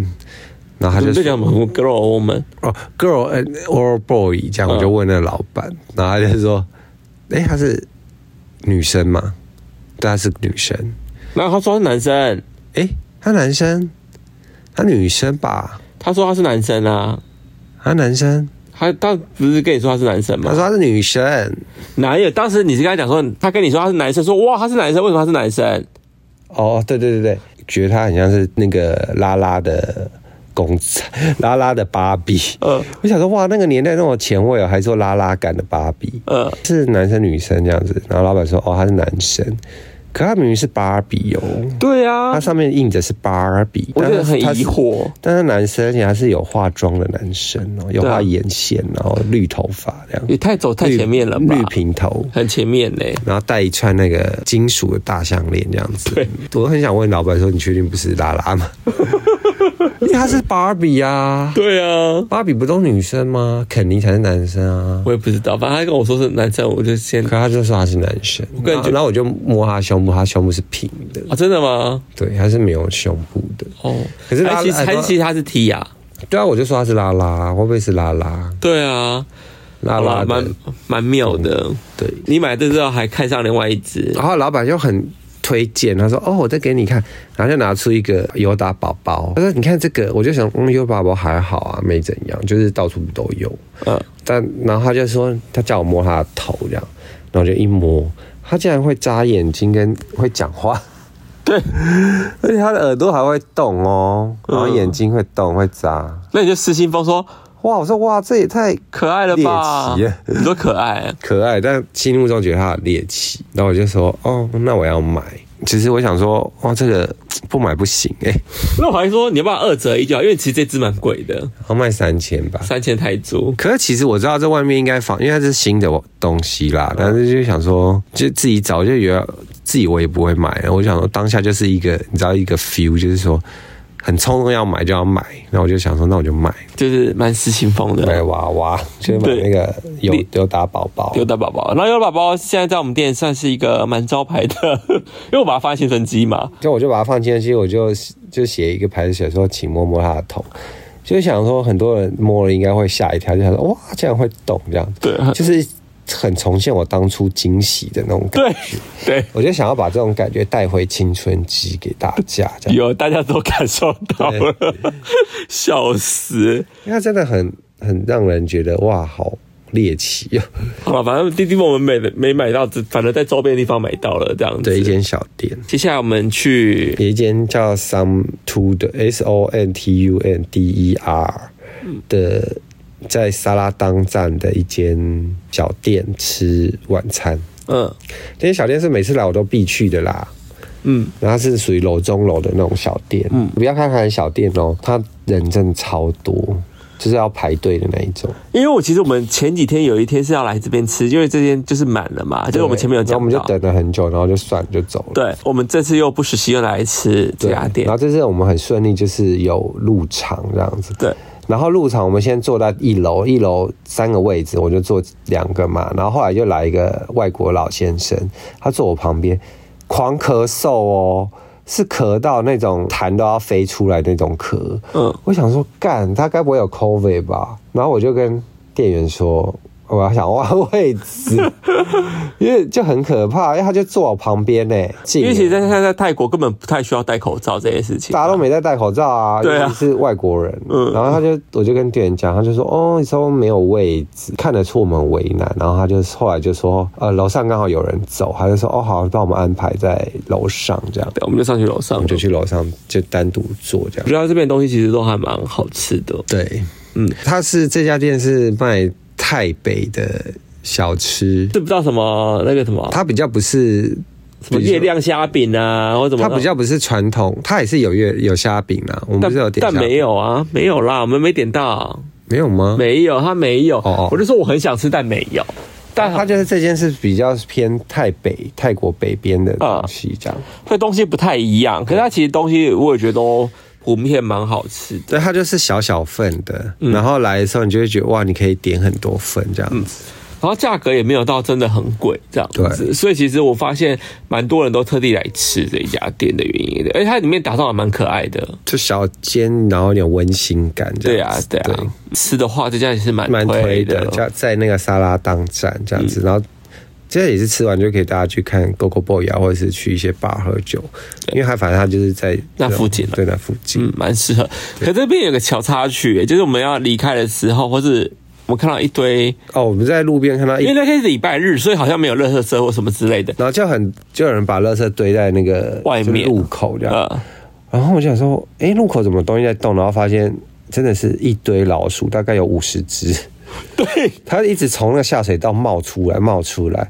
Speaker 3: 然后
Speaker 1: 你
Speaker 3: 他就
Speaker 1: 们
Speaker 3: 说
Speaker 1: 这讲什么 girl or woman？
Speaker 3: 哦，girl and or boy
Speaker 1: 嗯
Speaker 3: 这样，我就问那老板，然后他就说，哎、她是女生吗？对，她是女生。
Speaker 1: 然后他说他是男生，
Speaker 3: 诶，他男生，他女生吧？
Speaker 1: 他说他是男生啊，
Speaker 3: 他男生，
Speaker 1: 他他不是跟你说他是男生
Speaker 3: 他
Speaker 1: 吗
Speaker 3: 说？他是女生。
Speaker 1: 哪有？当时你是跟他讲说，他跟你说他是男生，说哇他是男生，为什么他是男生？
Speaker 3: 哦，对对对对，觉得他很像是那个拉拉的公仔， 拉拉的芭比。
Speaker 1: 嗯
Speaker 3: 我想说，哇，那个年代那么前卫哦，还做拉拉感的芭比，
Speaker 1: 呃，
Speaker 3: 是男生女生这样子。然后老板说，哦，他是男生，可他明明是芭比哦。
Speaker 1: 对啊
Speaker 3: 它，上面印着是芭比，
Speaker 1: 我觉得很
Speaker 3: 但是
Speaker 1: 疑惑。
Speaker 3: 但是男生，而且他是有化妆的男生哦，有
Speaker 1: 对啊
Speaker 3: 画眼线，然后绿头发这样
Speaker 1: 也。太走太
Speaker 3: 绿
Speaker 1: 前面了吧
Speaker 3: 绿？平头，
Speaker 1: 很前面呢、
Speaker 3: 然后戴一串那个金属的大项链这样子。
Speaker 1: 对，
Speaker 3: 我很想问老板说，你确定不是拉 拉吗？因为她是芭比啊，
Speaker 1: 对啊，
Speaker 3: 芭比不都女生吗？肯尼才是男生啊。
Speaker 1: 我也不知道，反正他跟我说是男生，我就先
Speaker 3: 可他就说他是男生，
Speaker 1: 个人
Speaker 3: 然
Speaker 1: 觉
Speaker 3: 后
Speaker 1: 得
Speaker 3: 然后我就摸他胸部，他胸部是平的，
Speaker 1: 啊，真的吗？
Speaker 3: 对，他是没有胸部的。
Speaker 1: 哦，
Speaker 3: 可是拉
Speaker 1: 还其实
Speaker 3: 哎
Speaker 1: 还
Speaker 3: 不
Speaker 1: 其实他是 T 呀、
Speaker 3: 对啊，我就说他是拉拉，会不会是拉拉？
Speaker 1: 对啊，
Speaker 3: 拉
Speaker 1: 好
Speaker 3: 拉
Speaker 1: 啦，
Speaker 3: 的
Speaker 1: 蛮蛮妙的。
Speaker 3: 对。
Speaker 1: 你买这之后还看上另外一只，
Speaker 3: 然后老板就很推荐，他说：“哦，我再给你看。”然后就拿出一个尤达宝宝，他说：“你看这个。”我就想，嗯，尤达宝宝还好啊，没怎样，就是到处都有。
Speaker 1: 呃，
Speaker 3: 但然后他就说，他叫我摸他的头这样，然后我就一摸，他竟然会眨眼睛跟会讲话，
Speaker 1: 对，
Speaker 3: 而且他的耳朵还会动哦，然后
Speaker 1: 嗯
Speaker 3: 眼睛会动会眨。
Speaker 1: 那你就失心疯说
Speaker 3: 哇，我说哇，这也太
Speaker 1: 可爱了吧？
Speaker 3: 猎奇耶啊
Speaker 1: 你说可爱，
Speaker 3: 可爱，但心目中觉得它很猎奇，然后我就说，哦，那我要买。其实我想说，哇，这个不买不行哎、
Speaker 1: 那我还说你要不要二折一就好，因为其实这只蛮贵的，
Speaker 3: 要卖三千吧。
Speaker 1: 三千泰铢。
Speaker 3: 可是其实我知道这外面应该仿，因为它是新的东西啦，但是就想说，就自己找，就觉得自己我也不会买。我就想说，当下就是一个你知道一个 feel，就是说很冲动要买就要买，然后我就想说，那我就买
Speaker 1: 就是蛮失心疯
Speaker 3: 买
Speaker 1: 的。
Speaker 3: 娃 娃，就是买那个有
Speaker 1: 你
Speaker 3: 有打宝宝，
Speaker 1: 有的宝宝，然后有的宝宝现在在我们店算是一个蛮招牌的， 因为我把它放在青春期嘛，
Speaker 3: 就我就把它放进去，其实我就就写一个牌子，写说请摸摸它的头，就是想说很多人摸了应该会吓一跳，就想说哇，竟然会动这样，
Speaker 1: 对
Speaker 3: 就是很重现我当初惊喜的那种感觉。
Speaker 1: 对对，
Speaker 3: 我就想要把这种感觉带回青春期给大家，这样，
Speaker 1: 有大家都感受到了， 笑死！
Speaker 3: 因为它真的很很让人觉得哇，好猎 奇哦，
Speaker 1: 好了，反正弟弟我们没没买到，只反正在周边的地方买到了这样子。
Speaker 3: 的一间小店。
Speaker 1: 接下来我们去
Speaker 3: 有一间叫 Some Two 的 S O N T U N D E R 的，在沙拉当站的一间小店吃晚餐。
Speaker 1: 嗯
Speaker 3: 这间小店是每次来我都必去的啦，
Speaker 1: 嗯，
Speaker 3: 然后它是属于楼中楼的那种小店。嗯，不要看它很小店哦，它人真的超多，就是要排队的那一种。
Speaker 1: 因为我其实我们前几天有一天是要来这边吃，因为这间就是满了嘛，就是我们前面有
Speaker 3: 然后
Speaker 1: 讲
Speaker 3: 我们就
Speaker 1: 到。
Speaker 3: 等了很久，然后就算了就走了。
Speaker 1: 对，我们这次又不实习，又来吃这
Speaker 3: 对
Speaker 1: 家店
Speaker 3: 然后。这次我们很顺利，就是有入场这样子。
Speaker 1: 对，
Speaker 3: 然后入场我们先坐到一楼，一楼三个位置，我就坐两个嘛。然后后来又来一个外国老先生，他坐我旁边，狂咳嗽哦，是咳到那种痰都要飞出来那种咳。
Speaker 1: 嗯
Speaker 3: 我想说，干他该不会有 COVID 吧？然后我就跟店员说。我要想换位 置，因为就很可怕，因为他就坐我旁边呢、近
Speaker 1: 因为
Speaker 3: 欸
Speaker 1: 其实在现在在泰国根本不太需要戴口罩这件事情。
Speaker 3: 大家都没在戴口罩啊，
Speaker 1: 对啊
Speaker 3: 尤其是外国人。
Speaker 1: 嗯
Speaker 3: 然后他就我就跟店员讲，他就说哦，说没有位置，看得出我们为难。然后他就后来就说，呃，楼上刚好有人走，他就说哦好，帮我们安排在楼上这样。
Speaker 1: 对我们就上去楼上
Speaker 3: 我们就。去楼上就单独坐这
Speaker 1: 我
Speaker 3: 样。
Speaker 1: 觉得这边的东西其实都还蛮好吃的。
Speaker 3: 对，
Speaker 1: 嗯，
Speaker 3: 他是这家店是卖台北的小吃，
Speaker 1: 这不知道什么那个什么
Speaker 3: 它比较不是
Speaker 1: 什么
Speaker 3: 比如说
Speaker 1: 月亮虾饼啊，或者什么
Speaker 3: 它
Speaker 1: 的，
Speaker 3: 比较不是传统，它也是有月有虾饼啦，我们不
Speaker 1: 但
Speaker 3: 是有点
Speaker 1: 但
Speaker 3: 虾饼
Speaker 1: 没有啊，没有啦，我们没点到，
Speaker 3: 没有吗？
Speaker 1: 没有，他没有。
Speaker 3: 哦哦
Speaker 1: 我就说我很想吃，但没有。但
Speaker 3: 它
Speaker 1: 它
Speaker 3: 就是这件是比较偏泰北、泰国北边的东西，这样。
Speaker 1: 这东西不太一样，可是它其实东西我也觉得都普遍蛮好吃的。
Speaker 3: 对，它就是小小份的，
Speaker 1: 嗯
Speaker 3: 然后来的时候你就会觉得哇，你可以点很多份这样子。
Speaker 1: 然后价格也没有到真的很贵这样子，
Speaker 3: 对
Speaker 1: 所以其实我发现蛮多人都特地来吃这一家店的原因的，而且它里面打造的蛮可爱的。
Speaker 3: 就小间，然后有点温馨感这
Speaker 1: 对
Speaker 3: 样
Speaker 1: 啊
Speaker 3: 子。，
Speaker 1: 对啊，吃的话这家也是蛮
Speaker 3: 蛮推
Speaker 1: 推
Speaker 3: 的，
Speaker 1: 的。
Speaker 3: 在在那个沙拉当站这样子，然后。这也是吃完就可以大家去看 Go Go Boy 啊，或者是去一些 bar 喝酒，因为它反正它就是在
Speaker 1: 那附近啊
Speaker 3: 对，那附近。
Speaker 1: 嗯，蛮适合。可这边有个小插曲，就是我们要离开的时候，或是我们看到一堆，
Speaker 3: 哦，我们在路边看到一
Speaker 1: 因为那天是礼拜日，所以好像没有垃圾车或什么之类的。
Speaker 3: 然后就很就有人把垃圾堆在那个
Speaker 1: 外面
Speaker 3: 就是路口这样，
Speaker 1: 呃，
Speaker 3: 然后我就想说，诶，路口怎么东西在动？然后发现真的是一堆老鼠，大概有五十只，
Speaker 1: 对，
Speaker 3: 它一直从那个下水道冒出来，冒出来，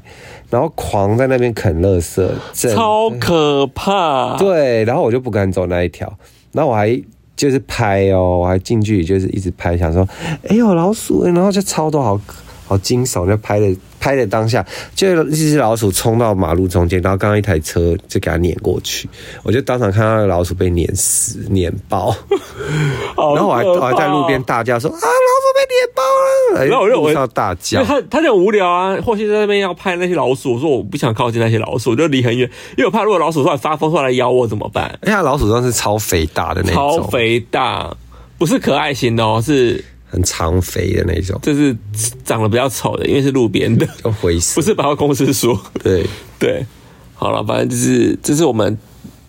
Speaker 3: 然后狂在那边啃垃圾，整
Speaker 1: 超可怕。
Speaker 3: 对，然后我就不敢走那一条，然后我还就是拍哦，我还近距离就是一直拍，想说，哎呦老鼠，然后就超多好好惊悚，就拍的拍的当下，就有一只老鼠冲到马路中间，然后刚刚一台车就给它碾过去，我就当场看到老鼠被碾死碾爆，
Speaker 1: 好
Speaker 3: 然后我还
Speaker 1: 可
Speaker 3: 我
Speaker 1: 怕
Speaker 3: 还在路边，大叫说啊老鼠被碾爆了，
Speaker 1: 然后我认为
Speaker 3: 要大
Speaker 1: 因
Speaker 3: 叫
Speaker 1: 为。他他就很无聊啊，或许在那边要拍那些老鼠，我说我不想靠近那些老鼠，我就离很远，因为我怕如果老鼠突然发疯，突然来咬我怎么办？
Speaker 3: 哎呀，老鼠真的是超肥大的那种，
Speaker 1: 超肥大，不是可爱型的哦，是
Speaker 3: 很长肥的那种，
Speaker 1: 就是长得比较丑的，因为是路边 的，
Speaker 3: 就灰色
Speaker 1: 不。是百货公司说。
Speaker 3: 对，
Speaker 1: 对，好了，反正就是这是我们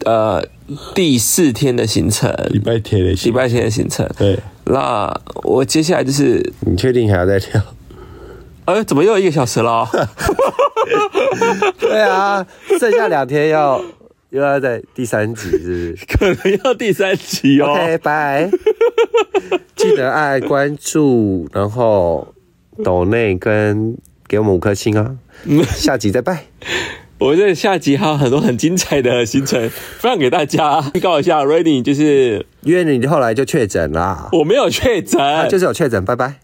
Speaker 1: 呃第四天的行程，
Speaker 4: 礼拜天的
Speaker 1: 礼
Speaker 4: 行，
Speaker 1: 拜天的行程。
Speaker 4: 对，
Speaker 1: 那我接下来就是
Speaker 3: 你确定还要再跳？
Speaker 1: 哎，怎么又一个小时了？哦
Speaker 3: 对啊，剩下两天要 又要在第三集，是不是
Speaker 1: 可能要第三集哦。
Speaker 3: ？OK，拜。记得爱关注，然后抖内跟给我们五颗星啊。下集再拜。
Speaker 1: 我这下集还有很多很精彩的行程分享给大家。预告一下 r a i n y 就是
Speaker 3: 因为你后来就确诊啦，啊
Speaker 1: 我没有确诊，
Speaker 3: 就是有确诊，拜拜。